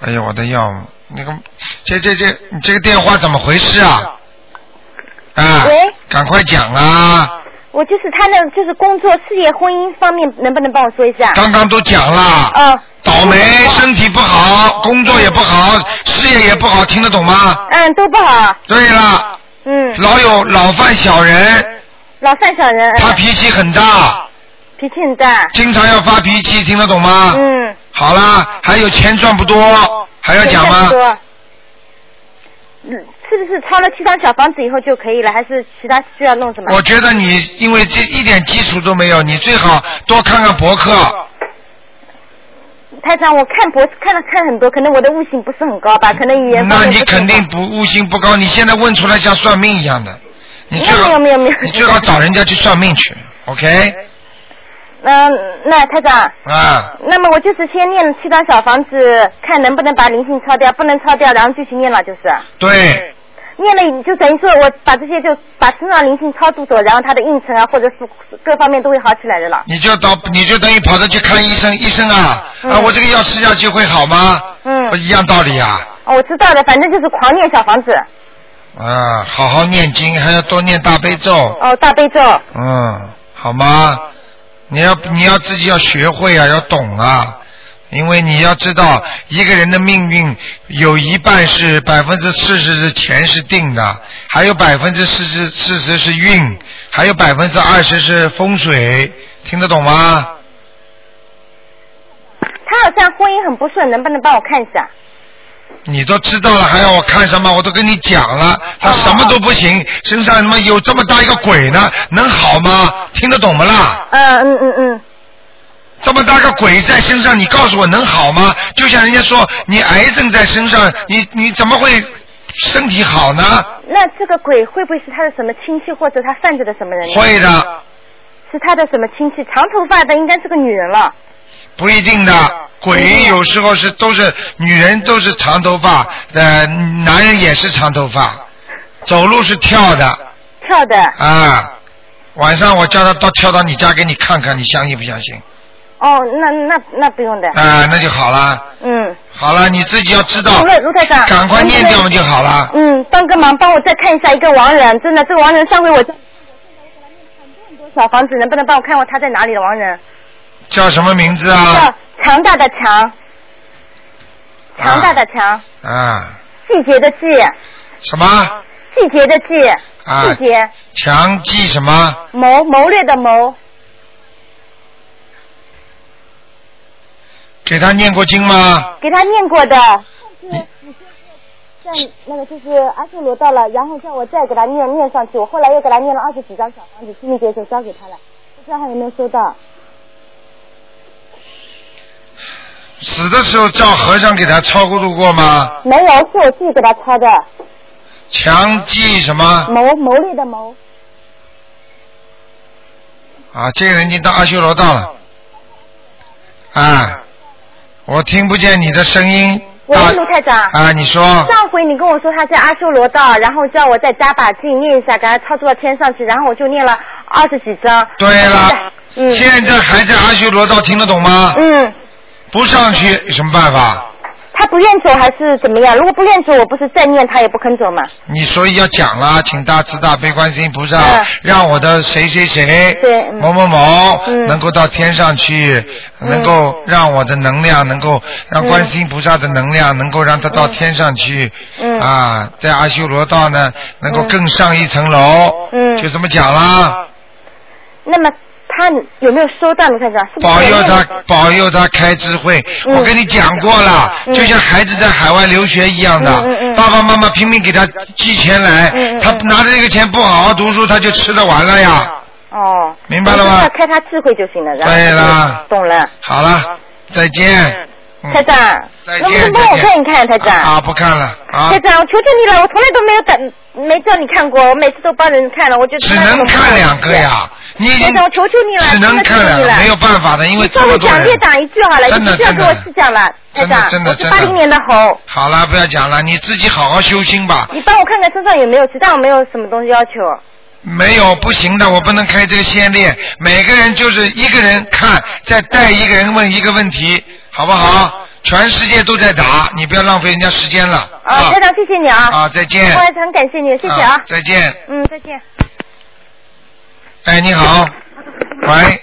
[SPEAKER 1] 哎呀，我的药，那个，这这这，你这个电话怎么回事啊？啊，
[SPEAKER 13] 喂，
[SPEAKER 1] 赶快讲啊！
[SPEAKER 13] 我就是他那，就是工作、事业、婚姻方面，能不能帮我说一下？
[SPEAKER 1] 刚刚都讲了，
[SPEAKER 13] 嗯
[SPEAKER 1] 倒霉，身体不好，工作也不好，事业也不好，听得懂吗？
[SPEAKER 13] 嗯，都不好。
[SPEAKER 1] 对了，
[SPEAKER 13] 嗯，
[SPEAKER 1] 老有老犯小人，
[SPEAKER 13] 老犯小人，嗯
[SPEAKER 1] 他脾气很大，
[SPEAKER 13] 脾气很大。
[SPEAKER 1] 经常要发脾气，听得懂吗？
[SPEAKER 13] 嗯，
[SPEAKER 1] 好啦，还有钱赚不多，还要讲
[SPEAKER 13] 钱赚
[SPEAKER 1] 吗
[SPEAKER 13] 不？多嗯，是不是抄了七张小房子以后就可以了？还是其他需要弄什么？
[SPEAKER 1] 我觉得你因为这一点基础都没有，你最好多看看博客。
[SPEAKER 13] 台长，我看博看了看很多，可能我的悟性不是很高吧，可能语言方
[SPEAKER 1] 那
[SPEAKER 13] 面
[SPEAKER 1] 你
[SPEAKER 13] 不是
[SPEAKER 1] 肯
[SPEAKER 13] 很
[SPEAKER 1] 定不悟性不高，你现在问出来像算命一样的，你最
[SPEAKER 13] 没
[SPEAKER 1] 好
[SPEAKER 13] 有没有没有
[SPEAKER 1] 你最好找人家去算命去，OK？
[SPEAKER 13] 嗯、那台长，
[SPEAKER 1] 啊，
[SPEAKER 13] 那么我就是先念七张小房子，看能不能把灵性抄掉，不能抄掉，然后继续念了就是。
[SPEAKER 1] 对，
[SPEAKER 13] 念了你就等于说我把这些就把身上灵性超度走，然后他的运程啊或者是各方面都会好起来的了。
[SPEAKER 1] 你就到你就等于跑着去看医生，医生啊啊，
[SPEAKER 13] 嗯
[SPEAKER 1] 我这个药吃下去会好吗？
[SPEAKER 13] 嗯
[SPEAKER 1] 不，哦一样道理啊，
[SPEAKER 13] 哦我知道的，反正就是狂念小房子，
[SPEAKER 1] 啊，好好念经，还要多念大悲咒，
[SPEAKER 13] 哦大悲咒，
[SPEAKER 1] 嗯，好吗？你要你要自己要学会啊，要懂啊，因为你要知道一个人的命运有一半是百分之四十是钱是定的，还有百分之四十四十是运，还有百分之二十是风水，听得懂吗？
[SPEAKER 13] 他好像婚姻很不顺，能不能帮我看一下？
[SPEAKER 1] 你都知道了，还要我看什么？我都跟你讲了，他什么都不行，身上他妈有这么大一个鬼呢，能好吗？听得懂吗啦？
[SPEAKER 13] 嗯嗯嗯嗯。
[SPEAKER 1] 这么大个鬼在身上，你告诉我能好吗？就像人家说你癌症在身上，你你怎么会身体好呢？
[SPEAKER 13] 那这个鬼会不会是他的什么亲戚，或者他犯着的什么人？
[SPEAKER 1] 会的，
[SPEAKER 13] 是他的什么亲戚？长头发的应该是个女人了。
[SPEAKER 1] 不一定的。鬼有时候是都是女人都是长头发，呃，男人也是长头发，走路是跳的
[SPEAKER 13] 跳的。
[SPEAKER 1] 啊。晚上我叫他到跳到你家给你看看，你相信不相信？
[SPEAKER 13] 哦，那那那不用的。
[SPEAKER 1] 啊，那就好了，
[SPEAKER 13] 嗯。
[SPEAKER 1] 好了，你自己要知道
[SPEAKER 13] 卢，卢台长，
[SPEAKER 1] 赶快念掉就好了。
[SPEAKER 13] 嗯，帮个忙，帮我再看一下一个亡人，真的，这个亡人上回我叫小房子，能不能帮我看过他在哪里的亡人？
[SPEAKER 1] 叫什么名字啊？
[SPEAKER 13] 叫强大的强，强大的强，
[SPEAKER 1] 啊，
[SPEAKER 13] 季节的季，
[SPEAKER 1] 什么？
[SPEAKER 13] 季节的季，
[SPEAKER 1] 啊
[SPEAKER 13] 季节，
[SPEAKER 1] 强记什么？
[SPEAKER 13] 谋谋略的谋，
[SPEAKER 1] 给他念过经吗？
[SPEAKER 13] 给他念过的。像那个就是阿修罗到了，然后叫我再给他念念上去，我后来又给他念了二十几张小房子，清明节就交给他了，不知道他有没有收到。
[SPEAKER 1] 死的时候叫和尚给他超度过吗？
[SPEAKER 13] 没有，是我自己给他抄的。
[SPEAKER 1] 啊强记什么？
[SPEAKER 13] 谋谋略的谋，
[SPEAKER 1] 啊，这个人已经到阿修罗道了。啊，我听不见你的声音
[SPEAKER 13] 喂，卢太长。
[SPEAKER 1] 啊，你说
[SPEAKER 13] 上回你跟我说他在阿修罗道，然后叫我再加把劲念一下，给他操作到天上去，然后我就念了二十几张。
[SPEAKER 1] 对了，
[SPEAKER 13] 嗯
[SPEAKER 1] 现在还在阿修罗道，听得懂吗？
[SPEAKER 13] 嗯，
[SPEAKER 1] 不上去有什么办法？
[SPEAKER 13] 他不愿走还是怎么样？如果不愿走，我不是再念他也不肯走嘛？
[SPEAKER 1] 你所以要讲啦，请大慈大悲观世音菩萨，让我的谁谁谁，
[SPEAKER 13] 嗯
[SPEAKER 1] 某某某、能够到天上去，能够让我的能量
[SPEAKER 13] 嗯
[SPEAKER 1] 能够让观世音菩萨的能量能够让他到天上去，
[SPEAKER 13] 嗯
[SPEAKER 1] 啊，在阿修罗道呢能够
[SPEAKER 13] 嗯
[SPEAKER 1] 更上一层楼，
[SPEAKER 13] 嗯
[SPEAKER 1] 就这么讲啦，
[SPEAKER 13] 那么他有没有收到？卢太长，是不是
[SPEAKER 1] 保佑他
[SPEAKER 13] 有念
[SPEAKER 1] 保佑他开智慧，我跟你讲过了，
[SPEAKER 13] 嗯
[SPEAKER 1] 就像孩子在海外留学一样的，
[SPEAKER 13] 嗯嗯嗯嗯
[SPEAKER 1] 爸爸妈妈拼命给他寄钱来，他拿着这个钱不好好读书，他就吃得完了呀。
[SPEAKER 13] 哦，
[SPEAKER 1] 明白了吗
[SPEAKER 13] 我就是要开他智慧就行了，然后
[SPEAKER 1] 对啦
[SPEAKER 13] 懂了。
[SPEAKER 1] 好了，再见。嗯
[SPEAKER 13] 台长，
[SPEAKER 1] 再见
[SPEAKER 13] 能不能帮我
[SPEAKER 1] 再见
[SPEAKER 13] 看一看，台长？
[SPEAKER 1] 啊，不看了啊
[SPEAKER 13] 台，长，我求求你了，我从来都没有等，没叫你看过，我每次都帮人看了，我就
[SPEAKER 1] 只能看两个。呀，你已
[SPEAKER 13] 台
[SPEAKER 1] 经
[SPEAKER 13] 长，我求求你了，
[SPEAKER 1] 只能
[SPEAKER 13] 真的求
[SPEAKER 1] 看两
[SPEAKER 13] 求你
[SPEAKER 1] 个，
[SPEAKER 13] 了，
[SPEAKER 1] 没有办法的，因为
[SPEAKER 13] 你
[SPEAKER 1] 这
[SPEAKER 13] 帮
[SPEAKER 1] 么
[SPEAKER 13] 我
[SPEAKER 1] 多
[SPEAKER 13] 讲列
[SPEAKER 1] 人。
[SPEAKER 13] 长一句好了，
[SPEAKER 1] 真的
[SPEAKER 13] 你不要
[SPEAKER 1] 真
[SPEAKER 13] 给
[SPEAKER 1] 的
[SPEAKER 13] 我细讲了，台
[SPEAKER 1] 真的
[SPEAKER 13] 长，
[SPEAKER 1] 真的
[SPEAKER 13] 我是
[SPEAKER 1] 真
[SPEAKER 13] 八
[SPEAKER 1] 的
[SPEAKER 13] 零年的猴，
[SPEAKER 1] 好了，不要讲了，你自己好好修心吧。
[SPEAKER 13] 你帮我看看身上有没有，其他我没有什么东西要求。
[SPEAKER 1] 没有不行的，我不能开这个先例。每个人就是一个人看，再带一个人问一个问题，好不
[SPEAKER 13] 嗯
[SPEAKER 1] 好？全世界都在打，你不要浪费人家时间了
[SPEAKER 13] 啊，
[SPEAKER 1] 啊
[SPEAKER 13] 台！长，谢谢你啊。
[SPEAKER 1] 啊再见
[SPEAKER 13] 我也很感谢你，谢谢啊
[SPEAKER 1] 啊。再见。
[SPEAKER 13] 嗯，再见。
[SPEAKER 1] 哎，你好，喂，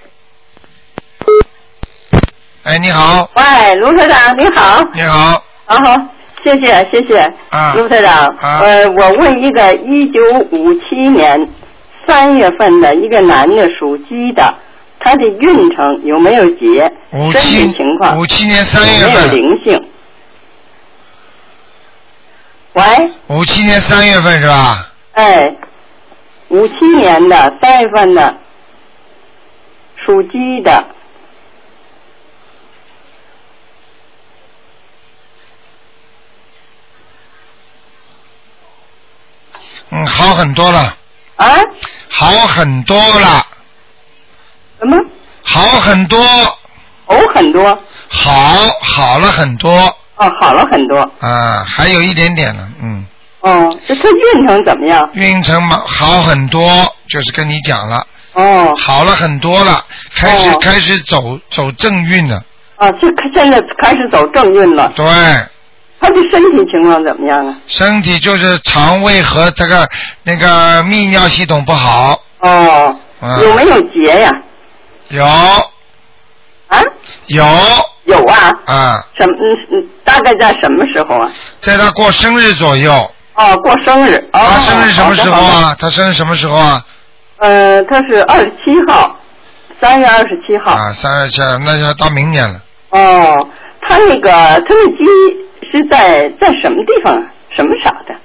[SPEAKER 1] 哎，你好，
[SPEAKER 6] 喂，卢科长，你好。
[SPEAKER 1] 你好，
[SPEAKER 6] 啊好，谢谢谢谢。
[SPEAKER 1] 啊
[SPEAKER 6] 卢科长，
[SPEAKER 1] 啊
[SPEAKER 6] 呃，我问一个一九五七年三月份的一个男的，属鸡的，他的运程有没有劫？
[SPEAKER 1] 五
[SPEAKER 6] 身体
[SPEAKER 1] 七
[SPEAKER 6] 情况
[SPEAKER 1] 五七年三月
[SPEAKER 6] 有没有
[SPEAKER 1] 份，
[SPEAKER 6] 灵性？喂，
[SPEAKER 1] 五七年三月份是吧？
[SPEAKER 6] 哎，五七年的三月份的，属鸡的，
[SPEAKER 1] 嗯，好很多了。
[SPEAKER 6] 啊？
[SPEAKER 1] 好很多了。
[SPEAKER 6] 什么？
[SPEAKER 1] 好很多。
[SPEAKER 6] 哦，很多。
[SPEAKER 1] 好，好了很多。
[SPEAKER 6] 哦，好了很多。
[SPEAKER 1] 啊，还有一点点了，嗯。
[SPEAKER 6] 哦，这他运程怎么样？
[SPEAKER 1] 运程嘛好很多，就是跟你讲了。
[SPEAKER 6] 哦。
[SPEAKER 1] 好了很多了，开始、
[SPEAKER 6] 哦
[SPEAKER 1] 开始走走正运了。
[SPEAKER 6] 啊，这现在开始走正运了。
[SPEAKER 1] 对，
[SPEAKER 6] 他的身体情况怎么样啊？
[SPEAKER 1] 身体就是肠胃和这个那个泌尿系统不好。
[SPEAKER 6] 哦，
[SPEAKER 1] 嗯、
[SPEAKER 6] 有没有结呀？
[SPEAKER 1] 有
[SPEAKER 6] 啊？
[SPEAKER 1] 有
[SPEAKER 6] 有啊。
[SPEAKER 1] 啊，
[SPEAKER 6] 什么？嗯嗯，大概在什么时候啊？
[SPEAKER 1] 在他过生日左右。
[SPEAKER 6] 哦，过生日。哦，
[SPEAKER 1] 他生日什么时候
[SPEAKER 6] 好的？好的
[SPEAKER 1] 啊？他生日什么时候啊？
[SPEAKER 6] 呃，他是二十七号，三月二十七号。
[SPEAKER 1] 啊，三月七号，那就要到明年了。
[SPEAKER 6] 哦，他那个他那鸡是在在什么地方啊？什么色的？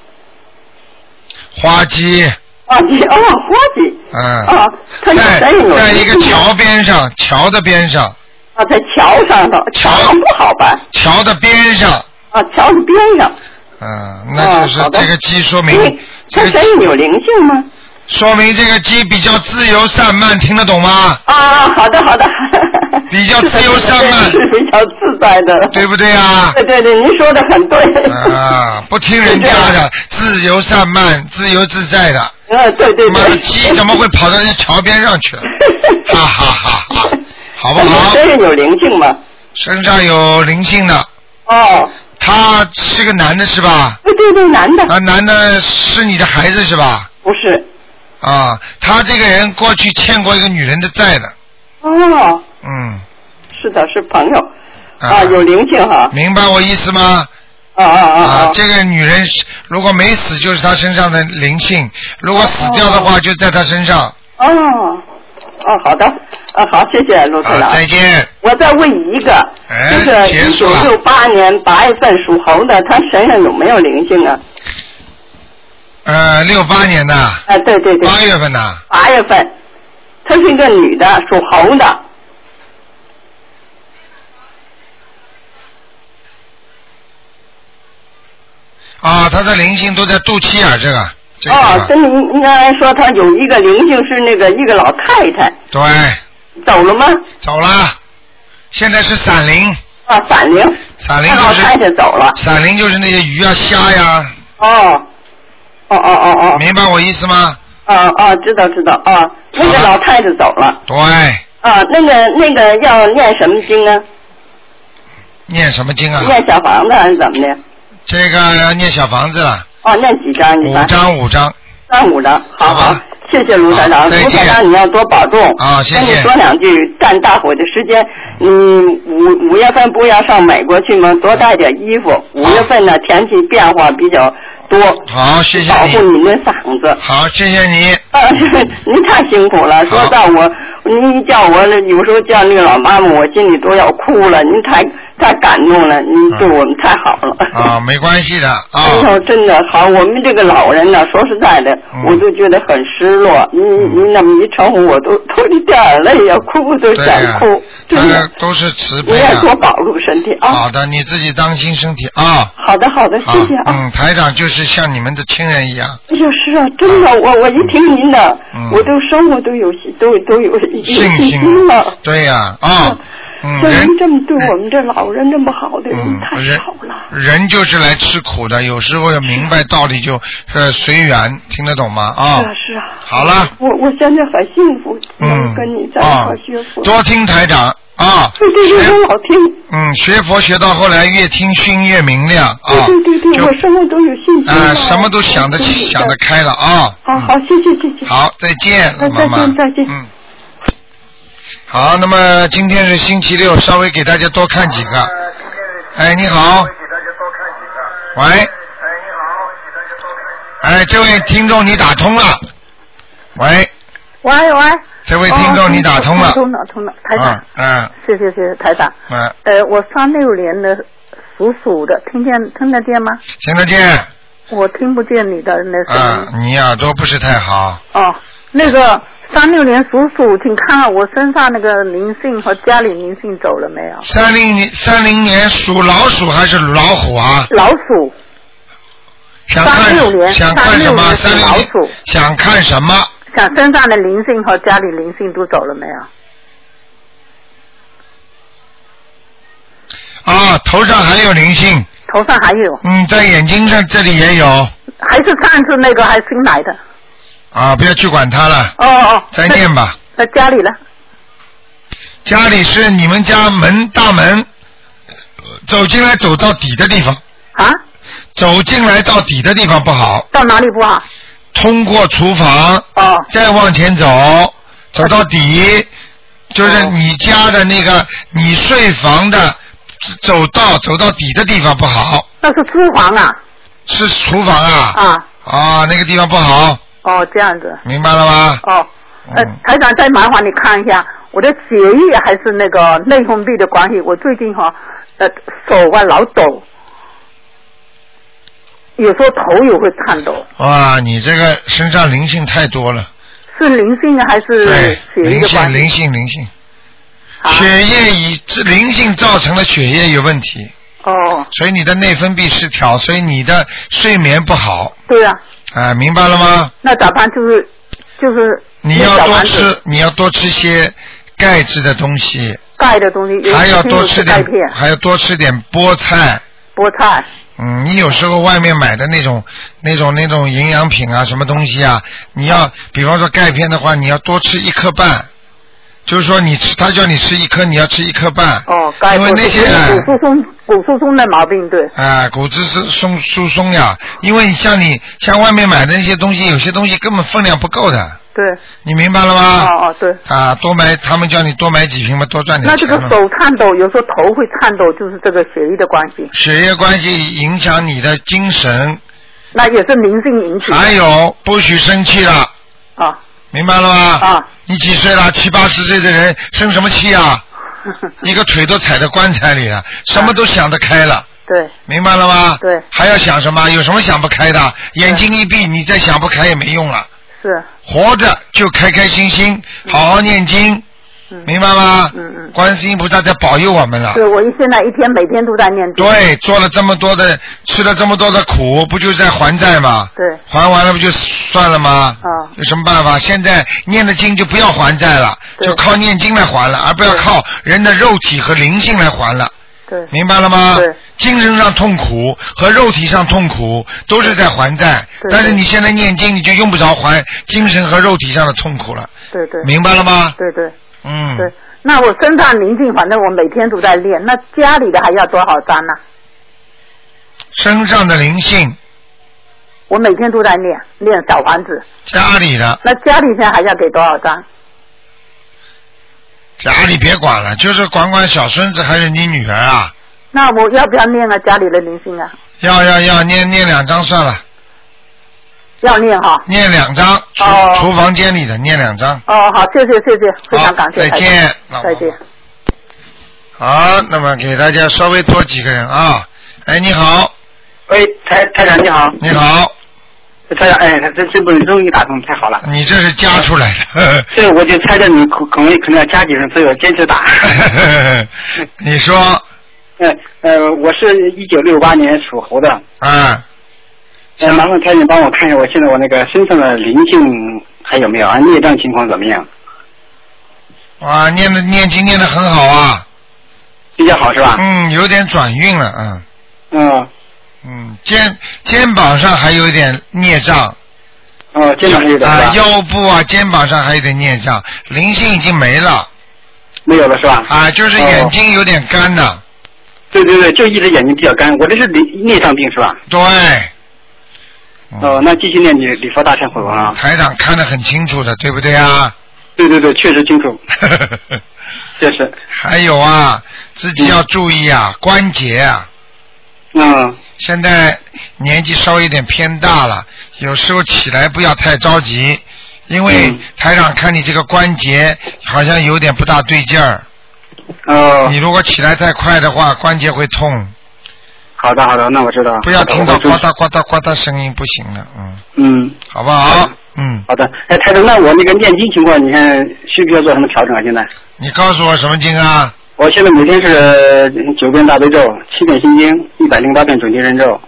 [SPEAKER 1] 花鸡，
[SPEAKER 6] 哦，鸡哦，花鸡。
[SPEAKER 1] 嗯，
[SPEAKER 6] 哦，他
[SPEAKER 1] 在
[SPEAKER 6] 在有
[SPEAKER 1] 在一个桥边上，桥的边上，
[SPEAKER 6] 啊，在桥上头，桥上不好办。
[SPEAKER 1] 桥的边上，
[SPEAKER 6] 啊，桥的边上。
[SPEAKER 1] 嗯，那就是这个鸡说明
[SPEAKER 6] 哎
[SPEAKER 1] 这个
[SPEAKER 6] 他身上有灵性吗？
[SPEAKER 1] 说明这个鸡比较自由散漫，听得懂吗？
[SPEAKER 6] 啊，好的好的，
[SPEAKER 1] 比较自由散漫，
[SPEAKER 6] [LAUGHS] 是比较自在的，
[SPEAKER 1] 对不对啊？
[SPEAKER 6] 对对对，您说的很对。 [LAUGHS]
[SPEAKER 1] 啊，不听人家的，自由散漫，自由自在的。
[SPEAKER 6] 呃，对对对。
[SPEAKER 1] 妈的，鸡怎么会跑到人家桥边上
[SPEAKER 6] [LAUGHS]
[SPEAKER 1] 去了？哈哈哈哈，好不好？
[SPEAKER 6] 身上有灵性吗？
[SPEAKER 1] 身上有灵性的。
[SPEAKER 6] 哦。
[SPEAKER 1] 他是个男的是吧？
[SPEAKER 6] 对对对，男的。
[SPEAKER 1] 啊，男的是你的孩子是吧？
[SPEAKER 6] 不是。
[SPEAKER 1] 啊，他这个人过去欠过一个女人的债的，
[SPEAKER 6] 哦，
[SPEAKER 1] 嗯。
[SPEAKER 6] 是的，是朋友啊，有灵性哈。
[SPEAKER 1] 明白我意思吗？
[SPEAKER 6] 啊啊啊！
[SPEAKER 1] 啊，这个女人是如果没死，就是她身上的灵性；如果死掉
[SPEAKER 6] 啊
[SPEAKER 1] 的话，就在她身上。
[SPEAKER 6] 哦，哦，好的，啊，好，谢谢卢台
[SPEAKER 1] 啊
[SPEAKER 6] 长。
[SPEAKER 1] 再见。
[SPEAKER 6] 我再问一个，
[SPEAKER 1] 哎
[SPEAKER 6] 就
[SPEAKER 1] 结
[SPEAKER 6] 是一
[SPEAKER 1] 束
[SPEAKER 6] 九
[SPEAKER 1] 了
[SPEAKER 6] 六八年八月份属猴的，他身上有没有灵性啊？
[SPEAKER 1] 呃，六八年的，
[SPEAKER 6] 啊，对对对。
[SPEAKER 1] 八月份的，
[SPEAKER 6] 八月份，她是一个女的，属猴的。
[SPEAKER 1] 啊，她的灵性都在肚脐眼儿这个，这个地啊
[SPEAKER 6] 哦，
[SPEAKER 1] 方。
[SPEAKER 6] 跟您您刚才说她有一个灵性是那个一个老太太
[SPEAKER 1] 对，
[SPEAKER 6] 走了吗？
[SPEAKER 1] 走了，现在是散灵。
[SPEAKER 6] 啊，散灵。
[SPEAKER 1] 散灵
[SPEAKER 6] 那
[SPEAKER 1] 就
[SPEAKER 6] 老
[SPEAKER 1] 是。
[SPEAKER 6] 太太走了。
[SPEAKER 1] 散灵就是那些鱼啊、虾呀。
[SPEAKER 6] 哦。哦哦哦哦。
[SPEAKER 1] 明白我意思吗？
[SPEAKER 6] 啊啊，知道知道啊，那个老太太走了
[SPEAKER 1] 对，
[SPEAKER 6] 啊，那个那个要念什么经啊？
[SPEAKER 1] 念什么经啊？
[SPEAKER 6] 念小房子还是怎么的？
[SPEAKER 1] 这个要念小房子了，
[SPEAKER 6] 哦，念几张？你
[SPEAKER 1] 五
[SPEAKER 6] 看
[SPEAKER 1] 张五张。
[SPEAKER 6] 三五张，好好，谢谢卢台长，
[SPEAKER 1] 好再见
[SPEAKER 6] 卢台长你要多保重。
[SPEAKER 1] 啊谢谢
[SPEAKER 6] 跟你说两句，占大伙的时间，嗯，五五月份不要上美国去吗？多带点衣服。五月份呢，天气变化比较多，
[SPEAKER 1] 好，谢谢
[SPEAKER 6] 保
[SPEAKER 1] 你。
[SPEAKER 6] 护你的嗓子。
[SPEAKER 1] 好，谢谢你。
[SPEAKER 6] 啊， [LAUGHS] 您太辛苦了，说到我，您一叫我，有时候叫那个老妈妈，我心里都要哭了。您太太感动了，您
[SPEAKER 1] 嗯
[SPEAKER 6] 对我们太好了。
[SPEAKER 1] 啊，没关系的啊。嗯
[SPEAKER 6] 哎呦，真的好，我们这个老人呢，说实在的，我都觉得很失落。您您那么一称呼，我都都一点儿泪呀，哭都
[SPEAKER 1] 对
[SPEAKER 6] 想
[SPEAKER 1] 呀、
[SPEAKER 6] 哭。
[SPEAKER 1] 大
[SPEAKER 6] 真
[SPEAKER 1] 家
[SPEAKER 6] 的，
[SPEAKER 1] 都是慈
[SPEAKER 6] 您
[SPEAKER 1] 悲
[SPEAKER 6] 也
[SPEAKER 1] 啊。
[SPEAKER 6] 多保重身体啊。
[SPEAKER 1] 好的，你自己当心身体啊。
[SPEAKER 6] 好的，好的，谢
[SPEAKER 1] 啊
[SPEAKER 6] 谢啊。
[SPEAKER 1] 嗯，台长就是像你们的亲人一样，
[SPEAKER 6] 哎呦，是啊，真
[SPEAKER 1] 嗯
[SPEAKER 6] 的，我我一听您的，我都生活都有信都都有有
[SPEAKER 1] 信
[SPEAKER 6] 信心了。
[SPEAKER 1] 对呀、啊，嗯，
[SPEAKER 6] 像
[SPEAKER 1] 人
[SPEAKER 6] 您这么对我们这老人这么好的人，
[SPEAKER 1] 人人就是来吃苦的，有时候要明白道理就呃随缘，听得懂吗？啊
[SPEAKER 6] 是啊，是啊。
[SPEAKER 1] 好了，
[SPEAKER 6] 我我现在很幸福，
[SPEAKER 1] 嗯
[SPEAKER 6] 能跟你在一块儿学佛。
[SPEAKER 1] 多听台长啊，
[SPEAKER 6] 对对对，我老听，
[SPEAKER 1] 嗯，学佛学到后来越听熏越明亮啊，
[SPEAKER 6] 对对对，我生活都有信心了。
[SPEAKER 1] 啊，什么都想得
[SPEAKER 6] 对对对
[SPEAKER 1] 起，想得开了啊。
[SPEAKER 6] 好好，谢谢谢谢。
[SPEAKER 1] 好，再见，
[SPEAKER 6] 那
[SPEAKER 1] 老妈妈。
[SPEAKER 6] 再见再见。
[SPEAKER 1] 嗯。好，那么今天是星期六，稍微给大家多看几个。哎，你好。喂。哎，这位听众你打通了。喂，
[SPEAKER 14] 喂喂，
[SPEAKER 1] 这位听众你打通了
[SPEAKER 14] 哦通了通了，台长，
[SPEAKER 1] 啊，嗯
[SPEAKER 14] 谢谢谢谢台长。
[SPEAKER 1] 嗯，
[SPEAKER 14] 呃，我三六年的属鼠的，听见听得见吗？
[SPEAKER 1] 听得见
[SPEAKER 14] 我听不见你的那声音。
[SPEAKER 1] 啊？你耳朵不是太好，
[SPEAKER 14] 哦，那个三六年属鼠，请看看我身上那个灵性和家里灵性走了没有？
[SPEAKER 1] 三零年三零年属老鼠还是老虎啊？
[SPEAKER 14] 老鼠。
[SPEAKER 1] 想看
[SPEAKER 14] 36年
[SPEAKER 1] 想看什么？
[SPEAKER 14] 36
[SPEAKER 1] 三
[SPEAKER 14] 年
[SPEAKER 1] 六年想看什么？
[SPEAKER 14] 想身上的灵性和家里灵性都走了没有？
[SPEAKER 1] 啊，头上还有灵性，
[SPEAKER 14] 头上还有，
[SPEAKER 1] 嗯，在眼睛上这里也有
[SPEAKER 14] 还是上次那个还是新来的？
[SPEAKER 1] 啊，不要去管它了，
[SPEAKER 14] 哦哦，
[SPEAKER 1] 再念吧。
[SPEAKER 14] 那家里呢？
[SPEAKER 1] 家里是你们家门大门，呃走进来走到底的地方。
[SPEAKER 14] 啊？
[SPEAKER 1] 走进来到底的地方不好。
[SPEAKER 14] 到哪里不好？
[SPEAKER 1] 通过厨房。
[SPEAKER 14] 哦。
[SPEAKER 1] 再往前走，走到底，就是你家的那个你睡房的走道走到底的地方不好，
[SPEAKER 14] 那是租房啊。
[SPEAKER 1] 是厨房啊。
[SPEAKER 14] 啊。
[SPEAKER 1] 啊，那个地方不好，
[SPEAKER 14] 哦，这样子。
[SPEAKER 1] 明白了吗？
[SPEAKER 14] 哦，
[SPEAKER 1] 嗯
[SPEAKER 14] 呃，台长再麻烦你看一下我的血液还是那个内分泌的关系，我最近哈、呃，手啊老抖，有时候头也会颤抖，
[SPEAKER 1] 哇，你这个身上灵性太多了。
[SPEAKER 14] 是灵性的还是
[SPEAKER 1] 对，
[SPEAKER 14] 血液
[SPEAKER 1] 哎灵
[SPEAKER 14] 的
[SPEAKER 1] 性
[SPEAKER 14] 关系？
[SPEAKER 1] 灵性灵性，血液以致灵性造成了血液有问题。
[SPEAKER 14] 哦，
[SPEAKER 1] 所以你的内分泌失调，所以你的睡眠不好，
[SPEAKER 14] 对呀、啊，
[SPEAKER 1] 啊，明白了吗？
[SPEAKER 14] 那咋办？就是就是
[SPEAKER 1] 你要
[SPEAKER 14] 嗯小
[SPEAKER 1] 多
[SPEAKER 14] 房子
[SPEAKER 1] 吃，你要多吃些钙质的东西，
[SPEAKER 14] 钙的东西，尤其
[SPEAKER 1] 还要
[SPEAKER 14] 是
[SPEAKER 1] 多
[SPEAKER 14] 有
[SPEAKER 1] 吃
[SPEAKER 14] 钙
[SPEAKER 1] 点
[SPEAKER 14] 片、，
[SPEAKER 1] 还要多吃点菠菜。
[SPEAKER 14] 菠菜。
[SPEAKER 1] 嗯，你有时候外面买的那种、那种、那种营养品啊，什么东西啊，你
[SPEAKER 14] 嗯
[SPEAKER 1] 要，比方说钙片的话，你要多吃一颗半，就是说你吃，他叫你吃一颗，你要吃一颗半。
[SPEAKER 14] 哦，钙
[SPEAKER 1] 因为
[SPEAKER 14] 或
[SPEAKER 1] 那
[SPEAKER 14] 者
[SPEAKER 1] 些
[SPEAKER 14] 是
[SPEAKER 1] 哎
[SPEAKER 14] 骨疏松、骨疏松的毛病，对。
[SPEAKER 1] 啊，骨质疏松疏松呀，因为像你像外面买的那些东西，有些东西根本分量不够的，
[SPEAKER 14] 对，
[SPEAKER 1] 你明白了吗？
[SPEAKER 14] 哦哦，对。
[SPEAKER 1] 啊，多买，他们叫你多买几瓶嘛，多赚点
[SPEAKER 14] 那这
[SPEAKER 1] 钱
[SPEAKER 14] 个
[SPEAKER 1] 嘛。
[SPEAKER 14] 手颤抖，有时候头会颤抖，就是这个血液的关系。
[SPEAKER 1] 血液关系影响你的精神，
[SPEAKER 14] 那也是灵性引起的。
[SPEAKER 1] 还有不许生气了，
[SPEAKER 14] 啊，
[SPEAKER 1] 明白了吗？
[SPEAKER 14] 啊。
[SPEAKER 1] 你几岁了？七八十岁的人生什么气
[SPEAKER 14] [LAUGHS]
[SPEAKER 1] 啊？一个腿都踩在棺材里了，什么都想得开了。
[SPEAKER 14] 啊对，
[SPEAKER 1] 明白了吗？
[SPEAKER 14] 对。
[SPEAKER 1] 还要想什么？有什么想不开的？眼睛一闭，你再想不开也没用了。
[SPEAKER 14] 是
[SPEAKER 1] 活着就开开心心，好好念经，明白吗？
[SPEAKER 14] 嗯嗯。
[SPEAKER 1] 观世音菩萨在保佑我们了。
[SPEAKER 14] 对，我一现在一天每天都在念经。
[SPEAKER 1] 对，做了这么多的，吃了这么多的苦，不就在还债吗？
[SPEAKER 14] 对。
[SPEAKER 1] 还完了不就算了吗？
[SPEAKER 14] 啊。
[SPEAKER 1] 有什么办法？现在念了经就不要还债了，就靠念经来还了，而不要靠人的肉体和灵性来还了。
[SPEAKER 14] 对。
[SPEAKER 1] 明白了吗？
[SPEAKER 14] 对。
[SPEAKER 1] 精神上痛苦和肉体上痛苦都是在还债，
[SPEAKER 14] 对
[SPEAKER 1] 但是你现在念经，你就用不着还精神和肉体上的痛苦了。
[SPEAKER 14] 对对。
[SPEAKER 1] 明白了吗
[SPEAKER 14] 对对。
[SPEAKER 1] 嗯。
[SPEAKER 14] 对，那我身上灵性，反正我每天都在练。那家里的还要多少张呢？啊
[SPEAKER 1] 身上的灵性，
[SPEAKER 14] 我每天都在练练小房子。
[SPEAKER 1] 家里的。
[SPEAKER 14] 那家里现在还要给多少张？
[SPEAKER 1] 家里别管了，就是管管小孙子还是你女儿啊。
[SPEAKER 14] 那我要不要念啊？家里的灵性啊，
[SPEAKER 1] 要要要，念念两张算了，
[SPEAKER 14] 要念哈。
[SPEAKER 1] 念两张，厨、
[SPEAKER 14] 哦
[SPEAKER 1] 厨房间里的念两张。
[SPEAKER 14] 哦，好，谢谢谢谢，非常感谢
[SPEAKER 1] 好再
[SPEAKER 14] 台长。
[SPEAKER 1] 见老婆
[SPEAKER 14] 再见。
[SPEAKER 1] 好，那么给大家稍微多几个人啊。哎，你好，
[SPEAKER 15] 喂，台台长你好。
[SPEAKER 1] 你好。
[SPEAKER 15] 台长，哎，这这不终于打通，太好
[SPEAKER 1] [LAUGHS]
[SPEAKER 15] 了。
[SPEAKER 1] 你这是加出来的。
[SPEAKER 15] 这我就猜着你可可能可能要加几人，所以我坚持打。
[SPEAKER 1] 哎你说，
[SPEAKER 15] 嗯 [LAUGHS] 呃，我是一九六八年属猴的。
[SPEAKER 1] [LAUGHS] 啊。
[SPEAKER 15] 呃，麻烦台长帮我看一下，我现在我那个身上的灵性还有没有啊？孽障情况怎么样？
[SPEAKER 1] 哇，念的念经念的很好啊。
[SPEAKER 15] 比较好是吧？
[SPEAKER 1] 嗯，有点转运了，嗯。
[SPEAKER 15] 嗯。
[SPEAKER 1] 嗯，肩肩膀上还有一点孽障。
[SPEAKER 15] 哦，肩膀上有点
[SPEAKER 1] 啊、
[SPEAKER 15] 是吧
[SPEAKER 1] 腰部啊，肩膀上还有点孽障，灵性已经没了。
[SPEAKER 15] 没有了是吧？
[SPEAKER 1] 啊，就是眼睛有点干呐、
[SPEAKER 15] 对对对，就一直眼睛比较干，我这是灵孽障病是吧？
[SPEAKER 1] 对。
[SPEAKER 15] 哦，那继续念你礼佛大忏悔文啊。
[SPEAKER 1] 台长看得很清楚的，对不对啊？
[SPEAKER 15] 对对对，确实清
[SPEAKER 1] [LAUGHS]
[SPEAKER 15] 楚。确实。
[SPEAKER 1] 还有啊，自己要注意啊，关节啊。
[SPEAKER 15] 嗯。
[SPEAKER 1] 现在年纪稍微有点偏大了，有时候起来不要太着急，因
[SPEAKER 15] 嗯
[SPEAKER 1] 为台长看你这个关节好像有点不大对劲儿。
[SPEAKER 15] 哦。
[SPEAKER 1] 你如果起来太快的话，关节会痛。
[SPEAKER 15] 好的好的，那我知道。
[SPEAKER 1] 不要听到呱
[SPEAKER 15] 好的
[SPEAKER 1] 嗒呱嗒呱嗒声音不行了，嗯，
[SPEAKER 15] 嗯，
[SPEAKER 1] 好不好？嗯，
[SPEAKER 15] 好的。哎，台长，那我那个念经情况，你看需不需要做什么调整啊？现在？
[SPEAKER 1] 你告诉我什么经啊？
[SPEAKER 15] 我现在每天是呃九遍大悲咒，七遍心经，一百零八遍准提神咒，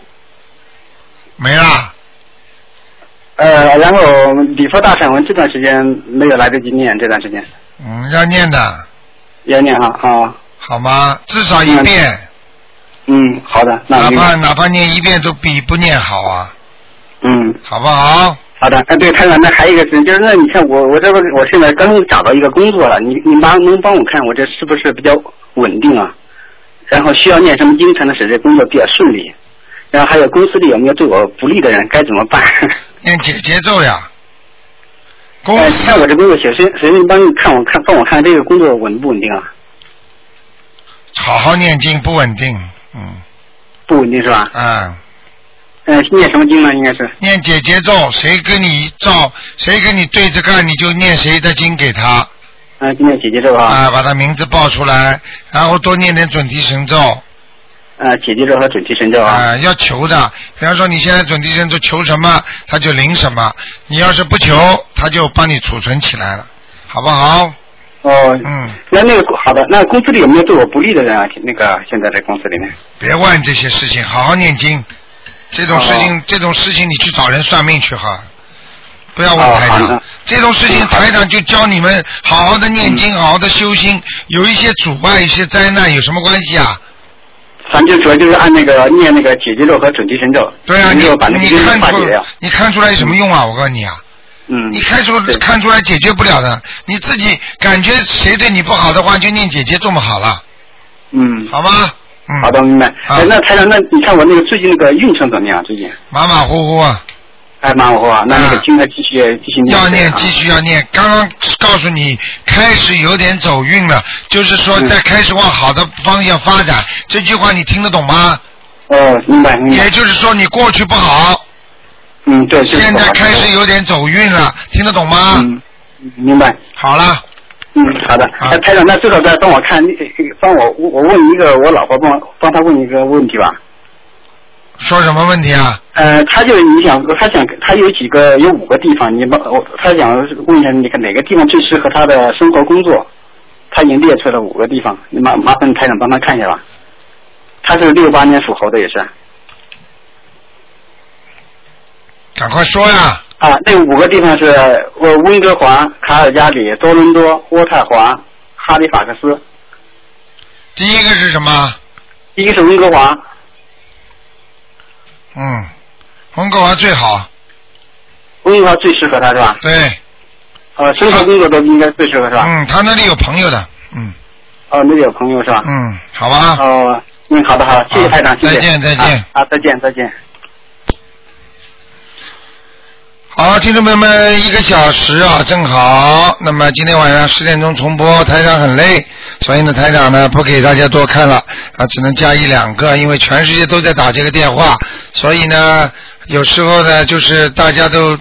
[SPEAKER 1] 没啦，
[SPEAKER 15] 呃，然后礼佛大忏文这段时间没有来得及念，这段时间
[SPEAKER 1] 嗯，要念的，
[SPEAKER 15] 也念哈啊。
[SPEAKER 1] 好吗？至少一遍。
[SPEAKER 15] 嗯，好的，那
[SPEAKER 1] 哪
[SPEAKER 15] 我明
[SPEAKER 1] 怕
[SPEAKER 15] 白
[SPEAKER 1] 哪怕念一遍都比不念好啊，
[SPEAKER 15] 嗯，
[SPEAKER 1] 好不好？
[SPEAKER 15] 好的。哎，对，台长，那还有一个事情，就是那你看我我这个我现在刚找到一个工作了，你你帮能帮我看我这是不是比较稳定啊？然后需要念什么经才能使这工作比较顺利？然后还有公司里有没有对我不利的人，该怎么办？
[SPEAKER 1] 念姐姐咒呀，公
[SPEAKER 15] 哎，看我这工作写谁谁能帮你看我看帮我看这个工作稳不稳定啊？
[SPEAKER 1] 好好念经不稳定，嗯，
[SPEAKER 15] 不稳定是吧？
[SPEAKER 1] 啊，
[SPEAKER 15] 嗯、念什么经呢？应该是
[SPEAKER 1] 念姐姐咒，谁跟你照，谁跟你对着干，你就念谁的经给他。
[SPEAKER 15] 啊，今天姐姐咒啊，
[SPEAKER 1] 啊，把他名字报出来，然后多念点准提神咒。
[SPEAKER 15] 啊，姐姐咒和准提神咒啊。
[SPEAKER 1] 啊，要求的，比方说你现在准提神咒求什么，他就灵什么；你要是不求，他就帮你储存起来了，好不好？
[SPEAKER 15] 哦，
[SPEAKER 1] 嗯，
[SPEAKER 15] 那那个好的，那公司里有没有对我不利的人啊？那个现在在公司里面，
[SPEAKER 1] 别问这些事情，好好念经。这种事情，这种事情你去找人算命去哈，不要问台
[SPEAKER 15] 哦好
[SPEAKER 1] 长
[SPEAKER 15] 的。嗯
[SPEAKER 1] 这种事情台长就教你们好好的念经，好好的修心。有一些阻碍，一些灾难，有什么关系啊？
[SPEAKER 15] 咱就主要就是按那个念那个解结咒和准提神咒，
[SPEAKER 1] 对啊，你
[SPEAKER 15] 就把那个
[SPEAKER 1] 你
[SPEAKER 15] 因
[SPEAKER 1] 看
[SPEAKER 15] 化
[SPEAKER 1] 出
[SPEAKER 15] 解掉。
[SPEAKER 1] 你看出来有什么用啊？我告诉你啊，
[SPEAKER 15] 嗯，
[SPEAKER 1] 你看出看出来解决不了的，你自己感觉谁对你不好的话，就念姐姐这么好了，
[SPEAKER 15] 嗯，
[SPEAKER 1] 好吗？
[SPEAKER 15] 好的，明白。
[SPEAKER 1] 啊
[SPEAKER 15] 哎，那台长，那你看我那个最近那个运程怎么样？最近
[SPEAKER 1] 马马虎虎啊。
[SPEAKER 15] 还蛮火啊。那那个经还继续继续念。啊
[SPEAKER 1] 要念，继续要念。刚刚告诉你，开始有点走运了，就是说
[SPEAKER 15] 嗯
[SPEAKER 1] 在开始往好的方向发展。这句话你听得懂吗？
[SPEAKER 15] 哦，明白明白
[SPEAKER 1] 也就是说，你过去不好，
[SPEAKER 15] 嗯，对，就是
[SPEAKER 1] 现在
[SPEAKER 15] 我
[SPEAKER 1] 开始有点走运了，听得懂吗？
[SPEAKER 15] 明白。
[SPEAKER 1] 好了。啊
[SPEAKER 15] 嗯，好的。哎，台长，那最好再帮我看，呃帮我我我问一个，我老婆帮我帮她问一个问题吧。
[SPEAKER 1] 说什么问题啊？
[SPEAKER 15] 呃，她就你想，她想她有几个有五个地方，你帮我她想问一下，你看哪个地方最适合她的生活工作？她已经列出了五个地方，你麻麻烦台长帮她看一下吧。她是六八年属猴的，也是。
[SPEAKER 1] 赶快说呀！
[SPEAKER 15] 啊，那五个地方是呃温哥华、卡尔加里、多伦多、渥太华、哈利法克斯。
[SPEAKER 1] 第一个是什么？
[SPEAKER 15] 第一个是温哥华，
[SPEAKER 1] 嗯，温哥华最好。
[SPEAKER 15] 温哥华最适合她是吧？
[SPEAKER 1] 对。
[SPEAKER 15] 呃，生活工作都应该最适合是吧？
[SPEAKER 1] 嗯，他那里有朋友的。嗯。
[SPEAKER 15] 哦，那里有朋友是吧？
[SPEAKER 1] 嗯，好吧。
[SPEAKER 15] 哦，嗯，好的好的，谢谢台长，谢谢。
[SPEAKER 1] 再见再见
[SPEAKER 15] 啊。啊，再见再见。
[SPEAKER 1] 好，听众朋友们，一个小时啊，正好。那么今天晚上十点钟重播，台长很累，所以呢，台长呢不给大家多看了啊，只能加一两个，因为全世界都在打这个电话，所以呢，有时候呢，就是大家都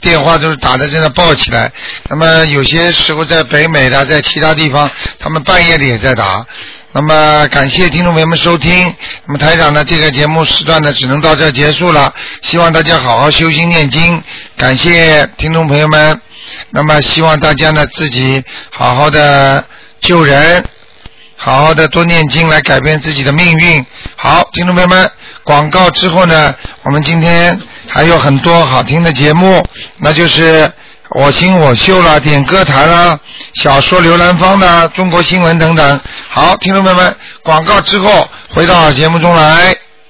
[SPEAKER 1] 电话都是打的真的爆起来。那么有些时候在北美的，在其他地方，他们半夜里也在打。那么感谢听众朋友们收听，那么台长呢这个节目时段呢只能到这儿结束了，希望大家好好修心念经，感谢听众朋友们，那么希望大家呢自己好好的救人，好好的多念经来改变自己的命运。好，听众朋友们，广告之后呢，我们今天还有很多好听的节目，那就是我行我秀啦，点歌台啦，小说刘兰芳的中国新闻等等。好，听众朋友们，广告之后回到节目中来。